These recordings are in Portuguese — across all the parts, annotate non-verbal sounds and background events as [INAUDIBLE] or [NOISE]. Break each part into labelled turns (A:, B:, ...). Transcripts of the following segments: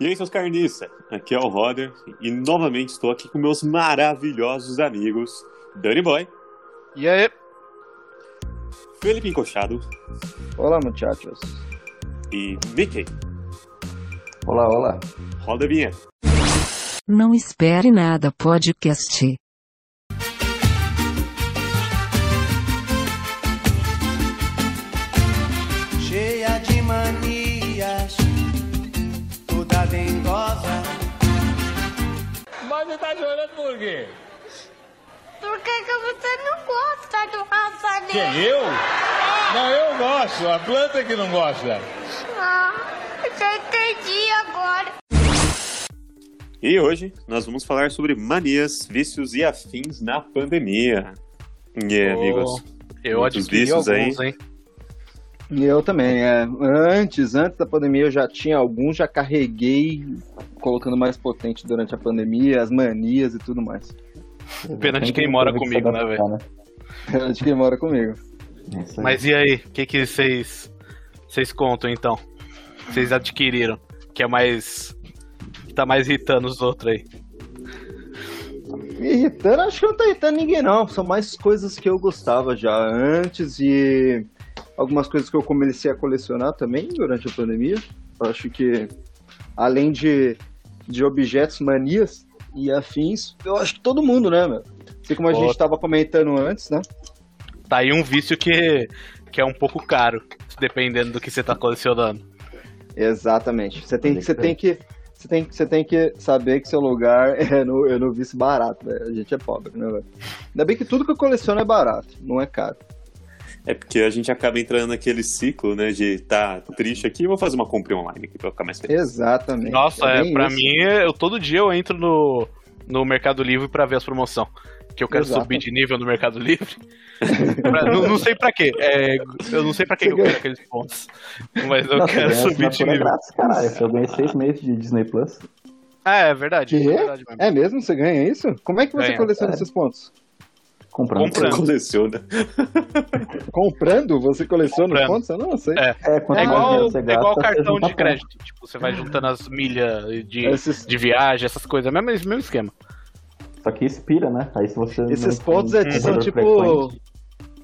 A: E aí, seus carniça, aqui é o Roder e novamente estou aqui com meus maravilhosos amigos Danny Boy,
B: E aí?
A: Felipe Encochado
C: Olá, muchachos.
A: e Mickey.
C: Olá, olá.
A: Roda a vinheta.
D: Não espere nada, podcast.
E: cheia de manias, toda dengosa.
F: tá
G: Porque que você não gosta do
F: Que
G: rafaneiro?
F: eu? Não, eu gosto. A planta é que não gosta.
G: Ah, já entendi agora.
A: E hoje nós vamos falar sobre manias, vícios e afins na pandemia. E aí,
B: Oh,
A: amigos?
B: Eu
A: Muitos
B: adquiri
A: vícios
B: alguns,
A: aí.
B: hein?
C: E eu também, é. Antes, antes da pandemia eu já tinha alguns, já carreguei, colocando mais potente durante a pandemia, as manias e tudo mais. [LAUGHS]
B: Pena de quem mora comigo, né, velho?
C: Eu Acho que ele mora comigo.
B: Mas e aí? O que que vocês vocês contam então? Vocês adquiriram? Que é mais que tá mais irritando os outros aí.
C: Me irritando, acho que não tá irritando ninguém, não. São mais coisas que eu gostava já antes e algumas coisas que eu comecei a colecionar também durante a pandemia. Eu Acho que, além de, de objetos, manias e afins, eu acho que todo mundo, né, meu? Assim como a
B: Pô.
C: gente tava comentando antes, né?
B: Tá aí um vício que que é um pouco caro, dependendo do que você tá colecionando.
C: Exatamente. Você tem, que- você tem que. Você tem, que- você tem que saber que seu lugar [LAUGHS] é no, é no vice barato, né? A gente é pobre, né, velho? Ainda bem que tudo que eu coleciono é barato, não é caro.
A: É porque a gente acaba entrando naquele ciclo, né, de tá triste aqui, vou fazer uma compra online aqui pra ficar mais feliz.
C: Exatamente.
B: Nossa, é,
C: bem
B: pra
C: isso.
B: mim, eu todo dia eu entro no, no Mercado Livre pra ver as promoções. Que eu quero
C: Exato.
B: subir de nível no Mercado Livre. Pra- não, não sei pra quê. É, eu não sei pra quê que eu quero aqueles pontos. Mas eu quero subir de nível.
H: grátis, caralho. Eu ganhei seis meses de Disney Plus.
B: Ah, é verdade. É
C: Quê?
B: verdade mesmo.
C: É mesmo? Você ganha isso? Como é que você
B: Ganha.
C: coleciona esses pontos?
H: Comprando.
B: Comprando.
A: Coleciona.
C: Comprando? Você coleciona os
B: Comprando.
C: pontos? Eu não sei.
B: É.
H: É, quanto
B: É
H: mais
B: igual,
H: dinheiro você
B: é
H: gasta,
B: igual
H: você tá
B: cartão
H: junta
B: de
H: ponto.
B: crédito. Tipo, você vai juntando as milhas de,
C: Esses,
B: de viagem, essas coisas. É Mesmo, mesmo esquema.
H: Só que expira, né? Aí se você não Uhum.
C: esses
H: tem
C: pontos é-
H: comprador
C: são tipo
H: frequente,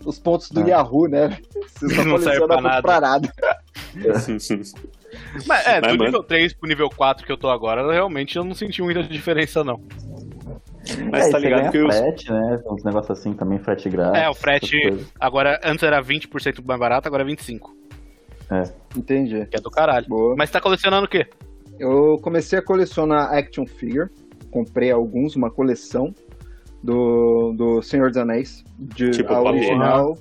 C: os pontos do
H: É.
C: Yahoo, né? Você só
B: Não serve
C: coleciona
B: pra
C: ponto
B: nada.
C: pra nada.
B: Mas é,
A: Mas,
B: do
A: mano.
B: nível 3 pro nível 4 que eu tô agora, realmente eu não senti muita diferença, não.
A: Mas
H: é,
A: tá
H: e você
A: ligado
H: ganha
A: que os...
H: frete, né? Uns negócios assim também, frete grátis.
B: É, o frete
H: essas coisas.
B: agora, antes era 20% mais barato, agora é 25%,
C: Entendi.
B: que é do caralho.
C: Boa.
B: Mas tá colecionando o quê?
C: Eu comecei a colecionar action figure. Comprei alguns, uma coleção do, do Senhor dos Anéis. De,
A: Tipo
C: a
A: o Papo
C: original.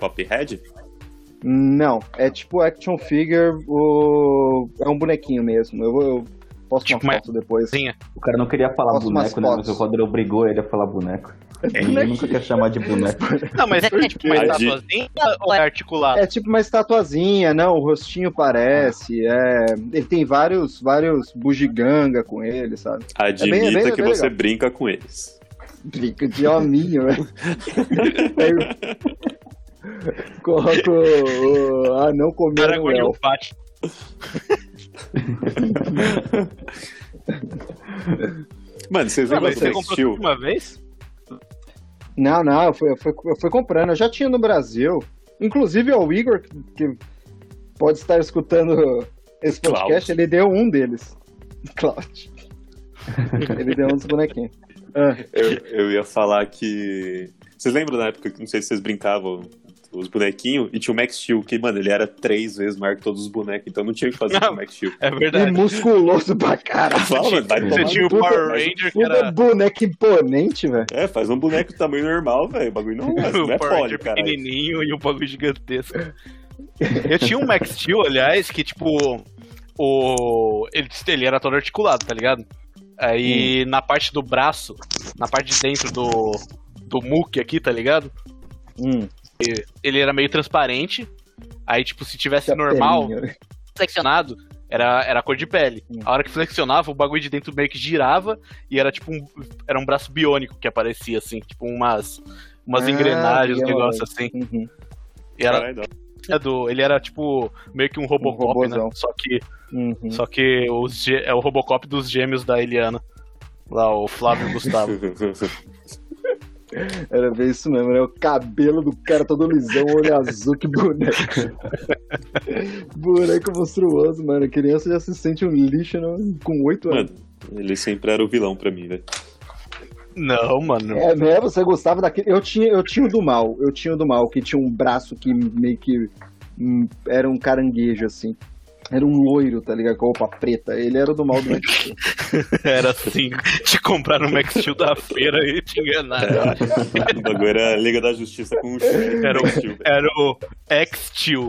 A: Pophead?
C: Não, é tipo action figure. O, é um bonequinho mesmo. Eu, eu posso
B: Tipo
C: uma
B: uma-
C: foto depois.
B: Sim.
H: O cara não queria falar
C: Posso umas
H: boneco, né? Mas
C: fotos. é
H: o Roder obrigou ele a falar
C: [LAUGHS]
H: boneco. Ele nunca quer chamar de boneco.
B: Não, mas [LAUGHS] é tipo uma
A: Entendi.
B: estatuazinha ou é articulado?
C: É tipo uma estatuazinha, não, o rostinho parece, é... Ele tem vários, vários bugiganga com ele, sabe?
A: Admita
C: bem- é bem-
A: que
C: é bem
A: você
C: legal.
A: brinca com eles.
C: Brinco de hominho, velho. Aí eu Coloco o... o- Ah, não comer
B: Cara,
C: o
B: agora eu
C: El.
B: bate.
A: Mano, vocês
B: Ah,
A: lembram
B: mas
A: do
B: você comprou
A: Steel?
B: tudo de uma vez?
C: Não, não, eu fui, eu, fui, eu fui comprando, eu já tinha no Brasil. Inclusive é o Igor, que- que pode estar escutando esse podcast,
A: Klaus.
C: ele deu um deles.
B: [LAUGHS]
C: Cloud. ele deu um dos bonequinhos. Ah.
A: Eu, eu ia falar que. Vocês lembram da época que não sei se vocês brincavam os bonequinhos e tinha o Max Steel, que, mano, ele era três vezes maior que todos os bonecos, então não tinha o que fazer com
B: Não.
A: o Max Steel.
B: É
C: E
B: verdade.
C: musculoso pra caralho.
A: Fala, mano, vai tomar
B: Você
A: no
B: tinha o
A: cu,
B: Power
A: faz um-
B: Ranger que
C: Tudo
B: era.
C: é boneco imponente, velho.
A: É, faz um boneco do tamanho normal, velho. O
B: [LAUGHS]
A: bagulho não, mas não é
B: o Power
A: pole,
B: Ranger
A: cara.
B: pequenininho e o bagulho gigantesco. Eu tinha um Max Steel, aliás, que tipo. O... Ele, ele era todo articulado, tá ligado? Aí na parte do braço, na parte de dentro do, do muque aqui, tá ligado?
C: Hum,
B: Ele era meio transparente. Aí, tipo, se
C: tá
B: tivesse normal,
C: Chaperinho.
B: flexionado, era, era a cor de pele.
C: Hum.
B: A hora que flexionava, o bagulho de dentro meio que girava e era tipo um, era um braço biônico que aparecia, assim, tipo umas, umas
C: Ah,
B: engrenagens, um
C: legal.
B: negócio assim.
C: Uhum.
B: E era,
A: Caralho,
B: É do, ele era tipo meio que um Robocop, né?
C: robôzão.
B: Só que,
C: Uhum.
B: só que os, gê- é o Robocop dos gêmeos da Eliana. Lá, o Flávio e
C: [LAUGHS]
B: o Gustavo.
C: Era bem isso mesmo, né? O cabelo do cara todo lisão, olho azul, que
B: [LAUGHS]
C: boneco. boneco monstruoso, mano. A criança já se sente um lixo né? com oito anos.
A: [LAUGHS] Mano, ele sempre era o vilão pra mim, velho.
B: Não, mano.
C: É, né? Você gostava daquele. Eu tinha, eu tinha o do mal, eu tinha o do mal, que tinha um braço que meio que hum, era um caranguejo, assim. Era um loiro, tá ligado? Com roupa preta. Ele era o do mal né?
B: [LAUGHS]
C: do Manchester.
B: Era assim, te comprar no Max Steel da feira e te enganaram.
C: É.
A: O bagulho era a Liga da Justiça com o Chico.
B: Era o-
A: Max Steel, velho.
B: Era o X-Steel.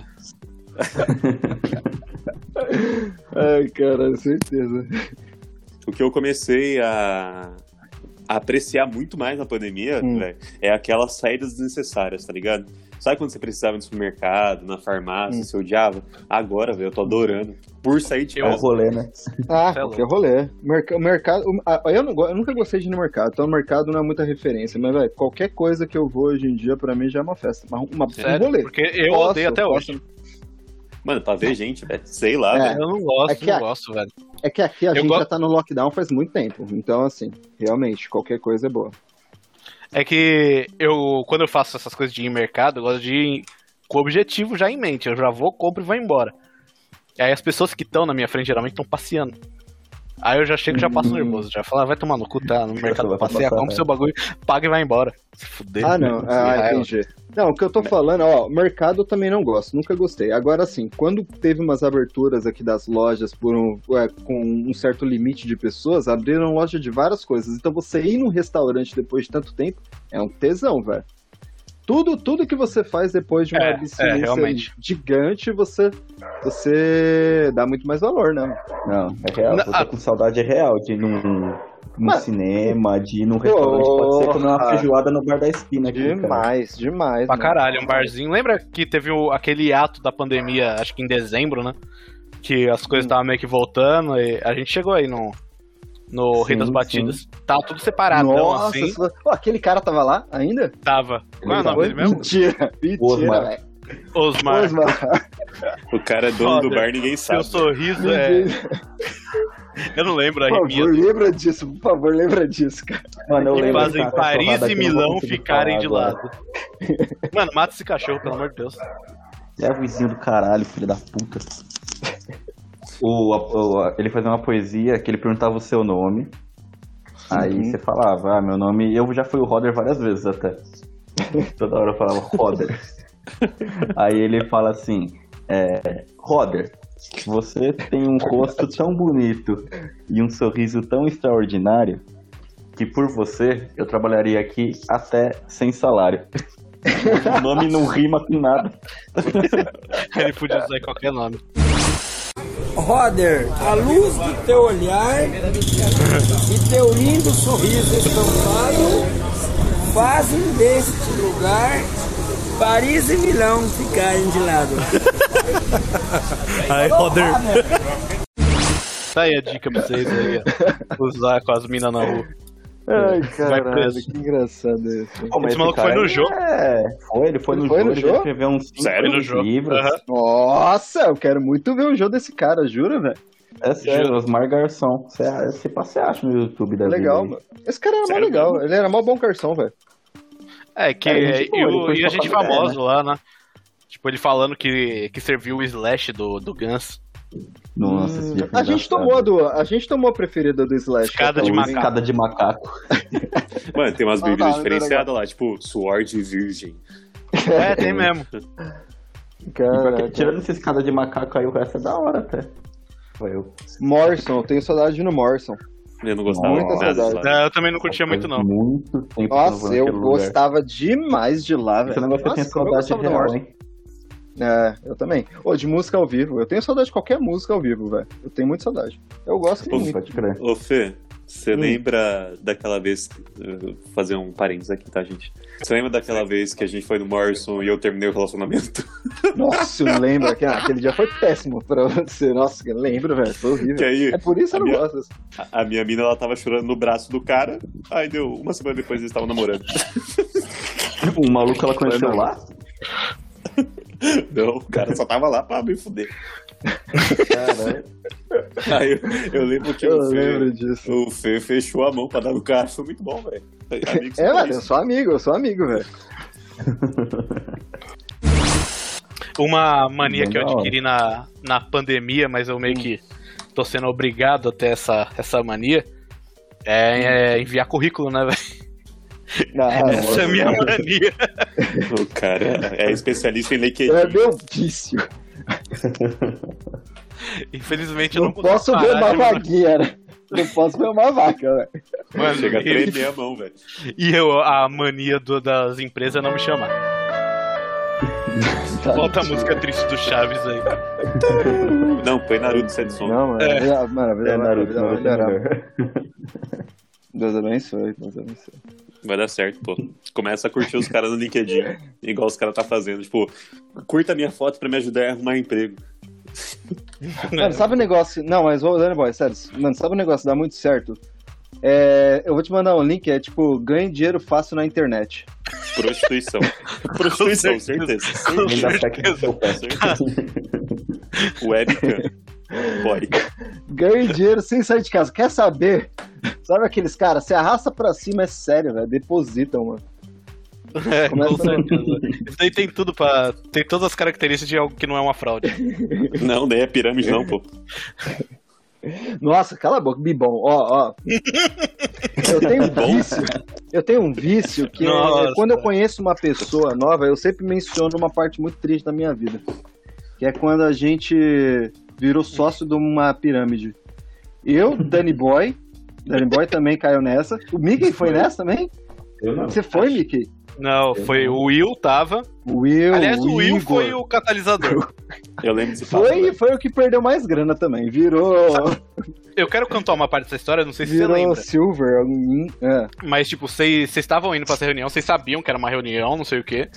C: um Ai, cara, certeza.
A: O que eu comecei a, a apreciar muito mais na pandemia,
C: Hum.
A: velho, é aquelas saídas desnecessárias, tá ligado? Sabe quando você precisava ir no supermercado, na farmácia,
C: Hum.
A: você odiava? Agora, velho, eu tô adorando. Por sair de
B: Eu-
H: É
A: casa.
H: rolê, né?
C: Ah,
B: Tá
C: qualquer rolê. Merca- o mercado. o- ah, eu, não go- eu nunca gostei de ir no mercado, então o mercado não é muita referência. Mas, velho, qualquer coisa que eu vou hoje em dia, pra mim já é uma festa. Uma, uma, um
B: Sério,
C: rolê.
B: porque eu
C: Posso,
B: odeio até
C: posso.
B: hoje.
A: Mano, pra ver gente, velho. Sei lá,
C: É.
A: velho.
B: Eu não gosto,
C: É que
B: não
C: a-
B: gosto, velho.
C: É que aqui a
B: Eu
C: gente
B: go-
C: já tá no lockdown faz muito tempo. Então, assim, realmente, qualquer coisa é boa.
B: É que eu, quando eu faço essas coisas de ir em mercado, eu gosto de ir com o objetivo já em mente. Eu já vou, compro e vou embora. E aí as pessoas que estão na minha frente geralmente estão passeando. Aí eu já chego e já passo nervoso. Já falo, ah, vai tomar no cu, tá? No mercado
H: vai
B: passeia,
H: passar,
B: compra
H: né?
B: seu bagulho, paga e vai embora. né? Então, Se fuder.
C: Ah, não.
B: Que
C: Ah,
B: raiva.
C: entendi. Não, o que eu tô falando, ó, mercado eu também não gosto, nunca gostei. Agora, assim, quando teve umas aberturas aqui das lojas por um, é, com um certo limite de pessoas, abriram loja de várias coisas. Então você ir num restaurante depois de tanto tempo é um tesão, velho. Tudo, tudo que você faz depois de uma
B: É, é,
C: abstinência
B: realmente.
C: gigante, você, você dá muito mais valor, né?
H: Não, é real.
B: Não,
H: eu
B: ah.
H: tô com saudade é real de ir num, num
C: Mas-
H: cinema, de ir num restaurante. Pode ser comer uma
C: Porra.
H: feijoada no bar da esquina aqui, é cara.
C: Demais, demais.
B: Pra
C: né?
B: caralho, um barzinho. Lembra que teve o- aquele ato da pandemia, acho que em dezembro, né? Que as coisas estavam meio que voltando e a gente chegou aí no, no Rei
H: Sim,
B: das
H: sim.
B: Batidas. Tava tudo separadão,
C: Nossa,
B: assim.
C: você- Pô, aquele cara tava lá ainda?
B: Tava. Qual é o
H: Ele
B: nome
H: tava-
B: dele mesmo?
C: Mentira, mentira,
H: Osmar.
C: velho.
B: Osmar.
A: O cara é dono do
B: Foda.
A: bar, ninguém
B: Seu [LAUGHS]
A: sabe.
B: sorriso é.
C: Ninguém-
B: Eu não lembro a
C: Por
B: riminha.
C: favor, lembra disso, por favor, lembra disso, cara.
H: Mano, eu
B: Que
H: lembro
B: fazem
H: dessa restaurada
B: Paris e
H: aqui, eu não vou
B: Milão
H: conseguir
B: ficarem
H: falar
B: de
H: agora.
B: lado. Mano, mata esse cachorro, pelo amor de Deus.
H: É o vizinho do caralho, filho da puta. O, a- o- a- ele fazia uma poesia que ele perguntava o seu nome. Aí
C: Uhum.
H: você falava, ah, meu nome. Eu já fui o Roder várias vezes até. Toda hora eu falava Roder. Aí ele fala assim: é, Roder, você tem um rosto tão bonito e um sorriso tão extraordinário que por você eu trabalharia aqui até sem salário. [LAUGHS] o nome não rima com nada.
B: Ele podia usar qualquer nome.
I: Roder, a luz do teu olhar e teu lindo sorriso estampado fazem deste lugar Paris e Milão ficarem de lado.
B: Aí, Roder. Tá aí a dica pra vocês aí, ó. Usar com as minas na rua.
C: Ai,
B: preso.
C: caralho, que engraçado isso.
H: Pô, mas
B: Esse maluco foi no
H: ele
B: jogo.
H: É, foi, ele foi
C: Ele
H: no
C: foi
H: jogo,
C: no
H: ele
C: jogo?
H: escreveu uns cinco
A: Sério,
H: livros.
B: no jogo? Aham.
C: Nossa, eu quero muito ver o jogo desse cara, jura, velho?
H: É sério,
B: Juro.
H: Osmar Garçom. Você, você, você acha no YouTube da
C: É Legal,
H: vida.
C: mano. Esse cara era mó
A: Sério,
C: legal, ele era mó bom garçom, velho.
B: É, que.
H: É, gente boa,
B: e,
H: ele
B: o-
H: foi
B: e a
H: só
B: gente
H: pra ideia,
B: famoso lá, né? Tipo, ele falando que, que serviu o slash do, do Guns.
H: Nossa, esse dia foi
C: Hum, A gente
H: engraçado.
C: tomou a do, a gente tomou a preferida do Slash.
B: Escada
H: Ou
B: de macaco.
H: Escada de macaco.
A: Mano, tem umas
C: Ah, tá,
A: bebidas
C: tá
A: diferenciadas lá, tipo Sword Virgem.
B: É, tem mesmo.
C: Cara,
H: Tirando essa escada de macaco aí, o resto é da hora até. Foi eu.
C: Morrison, eu tenho saudade no Morrison.
A: Eu não gostava
C: Muita
A: de nada disso lá.
B: É, eu também não curtia muito, não.
H: Muito tempo que eu não vou
C: Nossa, eu
H: naquele lugar.
C: gostava demais de lá,
H: Esse
C: velho.
H: negócio eu
C: Nossa,
H: tenho
C: como eu
H: saudade
C: gostava do
H: real,
C: Morrison.
H: hein?
C: É, eu também. Ô, de música ao vivo. Eu tenho saudade de qualquer música ao vivo, velho. Eu tenho muita saudade. Eu gosto
H: Sim,
C: muito.
B: [LAUGHS]
H: pode crer.
A: Ô, Fê, você
C: Hum.
A: lembra daquela vez. eu vou Fazer um parênteses aqui, tá, gente? Você lembra daquela vez que a gente foi no Morrison e eu terminei o relacionamento?
C: Nossa, eu lembro. Aquele, ah, aquele dia foi péssimo pra você. Nossa, eu lembro, velho. Foi
A: Que
C: horrível.
A: aí
C: É por isso que eu não
A: Minha-
C: gosto.
A: a- a minha mina ela tava chorando no braço do cara. Aí deu uma semana [LAUGHS]
H: Um
A: depois eles estavam namorando.
H: O maluco ela conheceu
C: Foi,
H: lá?
A: Não, o cara só tava lá pra me fuder.
C: Caralho.
A: Aí eu, eu lembro que
C: Eu
A: o, Fê,
C: lembro disso.
A: o Fê fechou a mão pra dar no cara. Foi muito bom, velho. Amigos
C: É,
A: pra
C: velho, eu
A: isso.
C: sou amigo, eu sou amigo, velho.
B: Uma mania que eu
H: Bem da hora.
B: adquiri na, na pandemia, mas eu meio que tô sendo obrigado a ter essa, essa mania, é, é enviar currículo, né, velho?
C: Ah,
B: [LAUGHS] Essa é a minha mania.
A: O cara é especialista em LinkedIn.
C: É meu vício.
B: Infelizmente eu
C: Não
B: não
C: posso
B: consigo
C: ver
B: parar
C: uma
B: de-
C: vaquinha, né? Não posso ver uma vaca, velho.
B: [LAUGHS] Mano,
A: Chega a
B: e-
A: tremer a mão, velho.
B: E eu, a mania do- das empresas é não me chamar.
C: Tá
B: Volta a música triste do Chaves aí.
A: Não, põe Naruto Setsuma.
C: Não, mano, a vida- mano, a vida
H: É,
C: vai- a
H: Naruto,
C: vida vai
H: Naruto é
C: melhorar.
H: melhor.
C: Deus abençoe, Deus abençoe.
A: Vai dar certo, pô. Começa a curtir os caras no LinkedIn, igual os caras tá fazendo. Tipo, curta minha foto pra me ajudar a arrumar emprego.
C: Mano, sabe o negócio? Não, mas ô, Danny Boy, sério. Mano, sabe o negócio? que Dá muito certo. É, eu vou te mandar um link, é tipo, ganhe dinheiro fácil na internet.
A: Prostituição. Prostituição, certeza.
H: Ele dá
A: certeza.
H: sec no seu pé.
A: Webcam. Pode.
C: Ganhe dinheiro sem sair de casa. Quer saber? Sabe aqueles caras? Se arrasta pra cima, é sério, velho. Depositam, mano.
B: [LAUGHS] É, com
C: Começa-
B: certeza. Isso daí tem tudo pra. Tem todas as características de algo que não é uma fraude.
A: Não, daí é pirâmide, não, pô.
C: Nossa, cala a boca, Bibom. Ó, ó. Eu tenho um vício. Eu tenho um vício que é-
B: Nossa.
C: quando eu conheço uma pessoa nova, eu sempre menciono uma parte muito triste da minha vida. Que é quando a gente virou sócio de uma pirâmide. Eu, Danny Boy. Danny Boy também caiu nessa. O Mickey foi nessa também?
H: Eu não.
C: Você foi, Mickey?
B: Não, foi o Will tava.
C: O Will.
B: Aliás, o Will
C: Igor.
B: foi o catalisador.
A: Eu lembro desse papo.
C: Foi, foi o que perdeu mais grana também. Virou.
B: Eu quero contar uma parte dessa história, não sei se você
C: Virou
B: lembra.
C: Silver. algum- É.
B: Mas, tipo, vocês vocês estavam indo pra essa reunião, vocês sabiam que era uma reunião, não sei o quê.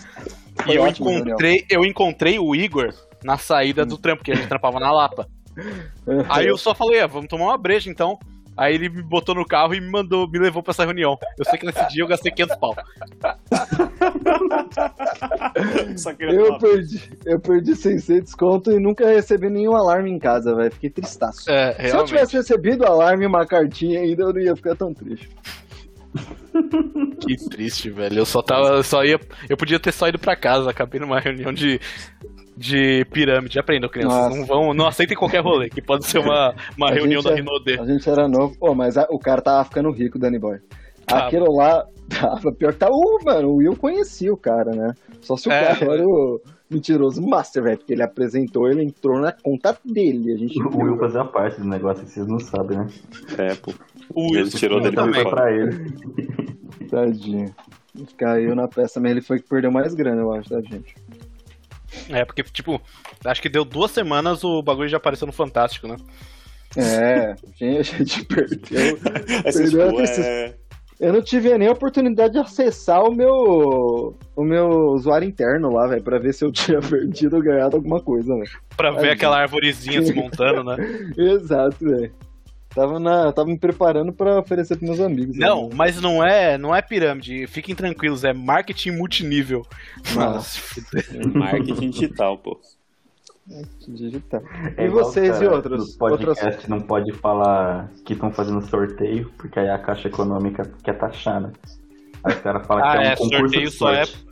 C: Foi
B: e eu
C: ótimo,
B: encontrei, eu encontrei o Igor na saída
C: Hum.
B: do trampo, que a gente trampava na Lapa.
C: é.
B: Aí eu só falei, ah, vamos tomar uma breja então. Aí ele me botou no carro e me mandou, me levou pra essa reunião. Eu sei que nesse dia eu gastei 500 pau.
A: né? Só que ele
C: Eu
A: tava-
C: perdi, eu perdi 600 conto e nunca recebi nenhum alarme em casa, velho. Fiquei tristaço.
B: É,
C: Se eu
B: realmente.
C: tivesse recebido alarme e uma cartinha ainda, eu não ia ficar tão triste.
B: Que triste, velho. Eu só tava. Eu só ia. Eu podia ter só ido pra casa, acabei numa reunião de. De pirâmide, aprendam, crianças.
C: Nossa.
B: Não vão, não aceitem qualquer rolê, que pode ser uma, uma
C: A
B: reunião
C: gente
B: da
C: é-
B: Rinodê.
C: A gente era novo. Pô, mas a- o cara tava ficando rico, Danny Boy.
B: Tava.
C: Aquilo lá [LAUGHS] tava pior que tá. Uh, mano, o Will conhecia o cara, né? Só se o
B: É,
C: cara
B: mano.
C: era o mentiroso master, velho. Porque ele apresentou, ele entrou na conta dele. A gente
H: O Will fazia parte do negócio que vocês não sabem, né?
A: É, pô.
B: O
A: Ele tirou dele
H: Então
A: pra
H: foi
A: fora.
H: pra ele.
C: [LAUGHS] Tadinho. Caiu na peça, mas ele foi que perdeu mais grana, eu acho, da gente.
B: É, porque, tipo, acho que deu duas semanas o bagulho já apareceu no Fantástico, né?
C: É, [LAUGHS] gente, a gente perdeu.
A: Essa
C: Perdeu
A: tipo,
C: esses-
A: é...
C: Eu não tive nem a oportunidade de acessar o meu o meu usuário interno lá, velho, pra ver se eu [LAUGHS] tinha perdido ou ganhado alguma coisa, velho.
B: Pra ver
C: Ai,
B: aquela arvorezinha se montando,
C: [LAUGHS]
B: né?
C: Exato, velho. Tava na, tava me preparando pra oferecer pros meus amigos.
B: Não,
C: né?
B: mas não é, não é pirâmide. Fiquem tranquilos, é marketing multinível.
C: Nossa.
A: é, Marketing digital, pô.
C: digital.
H: É
C: tá. e
H: igual os
C: vocês e
H: caras
C: outros?
H: do
C: outras...
H: podcast não pode falar que estão fazendo sorteio, porque aí a Caixa Econômica quer taxar, né? Aí os
B: [LAUGHS]
H: caras falam
B: Ah,
H: que é um
B: é,
H: concurso
B: sorteio
H: de
B: só é,
H: sorte.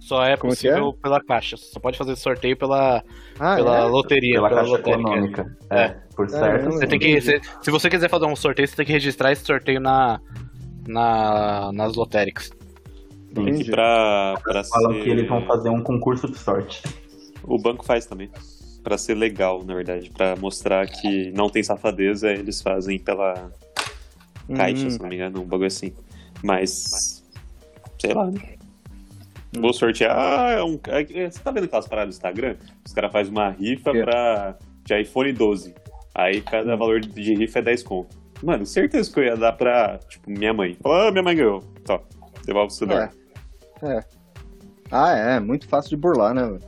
B: só é
C: Como que
B: possível pela caixa. Só pode fazer sorteio pela,
C: Ah,
B: pela
C: é?
B: loteria.
H: Pela Caixa
B: lotérica.
H: Econômica. É, por certo.
C: Você
B: Você tem que, se, se você quiser fazer um sorteio, você tem que registrar esse sorteio na, na, nas lotéricas.
A: E
C: Entendi.
A: pra, pra
H: Falam
A: ser...
H: que eles vão fazer um concurso de sorte.
A: O banco faz também. Pra ser legal, na verdade. Pra mostrar que não tem safadeza, eles fazem pela caixa,
C: Hum.
A: se não me engano, um bagulho assim. Mas. Sei lá, né? Vou sortear. Ah, é um- é- é- você tá vendo aquelas paradas do Instagram? Os caras fazem uma rifa
C: É.
A: pra, de iPhone 12. Aí cada valor de, de rifa é 10 conto. Mano, certeza que eu ia dar pra, tipo, minha mãe. Ah, minha mãe ganhou. Tá, devolve o celular.
C: É. é. Ah, é, muito fácil de burlar, né, velho?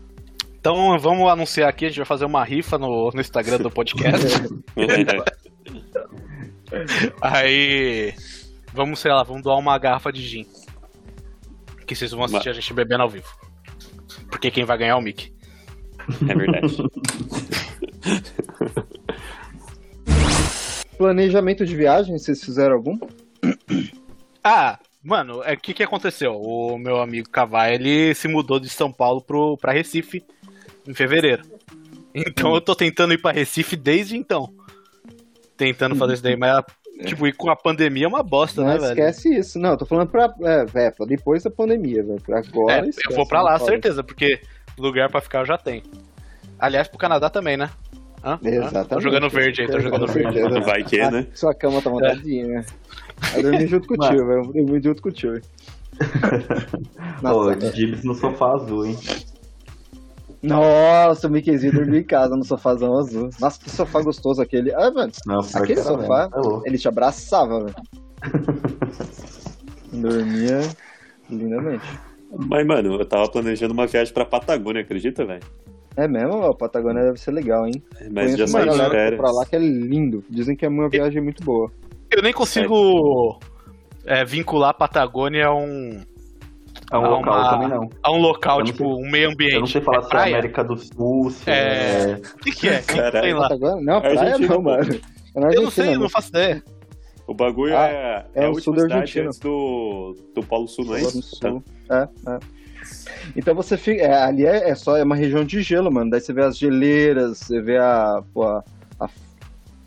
B: Então vamos anunciar aqui, a gente vai fazer uma rifa no, no Instagram
C: [LAUGHS]
B: do podcast.
A: É
B: Aí vamos, sei lá, vamos doar uma garrafa de gin. Que vocês vão assistir a gente bebendo ao vivo. Porque quem vai ganhar é o Mickey.
A: É verdade.
C: Planejamento de viagem, vocês fizeram algum?
B: Ah, mano, é o que que aconteceu? O meu amigo Cavai, ele se mudou de São Paulo pro, pra Recife em fevereiro. Então eu tô tentando ir pra Recife desde então. Tentando fazer isso daí, mas tipo, ir com a pandemia é uma bosta,
C: Não
B: né, velho?
C: esquece isso. Não, eu tô falando pra, é, véio, pra depois da pandemia, velho. Pra agora.
B: É, eu
C: esquece,
B: vou pra lá,
C: não pode.
B: certeza, porque lugar pra ficar eu já tenho. Aliás, pro Canadá também, né? Hã? Hã?
C: Exatamente. é
B: Tô Tá jogando verde aí, tô jogando
C: Com
B: verde. É.
C: certeza.
A: Vai que,
C: Ah,
A: né?
C: Sua cama tá montadinha, né? Eu dormi junto com o tio, velho. Eu dormi junto com
A: [LAUGHS]
C: o tio.
H: Ô,
C: Nossa, é. velho.
H: Gibbs no sofá azul, hein?
C: Nossa, o Mickeyzinho dormiu em casa no sofazão azul. Nossa, que sofá gostoso aquele. Ah, mano,
H: Não, pior
C: aquele
H: que era
C: sofá,
H: mesmo, tá louco.
C: ele te abraçava,
A: [LAUGHS]
C: velho. Dormia lindamente.
A: Mas, mano, eu tava planejando uma viagem pra Patagônia, acredita, velho?
C: É mesmo, ó, Patagônia deve ser legal, hein?
A: Mas já
C: Conheço uma
A: saí de
C: galera que foi
A: férias.
C: pra lá que é lindo. Dizem que é uma viagem muito boa.
B: Eu nem consigo é, vincular a Patagônia a um,
H: É um
B: a
H: local
B: uma-
H: também não.
B: a um local,
H: Eu não
B: tipo,
H: sei-
B: um meio ambiente.
H: Eu não sei falar
B: é
H: se é
B: praia?
H: América do Sul, se
B: É.
H: é...
B: O que, que é?
A: Caralho.
B: Tem lá.
C: Patagônia? Não, praia
A: Argentina,
C: não,
A: pô.
C: mano. É na
B: Eu não
C: Argentina,
B: sei, eu não
C: mano.
B: faço ideia.
A: O bagulho
C: Ah,
A: é,
C: é
A: é a
C: o sul
A: última
C: da
A: cidade
C: Argentina.
A: antes do, do Polo Sul, não é
C: Lá no
A: isso?
C: sul. É, é. Então você fica. é, ali é, é só é uma região de gelo, mano. Daí você vê as geleiras, você vê a. pô, a, a,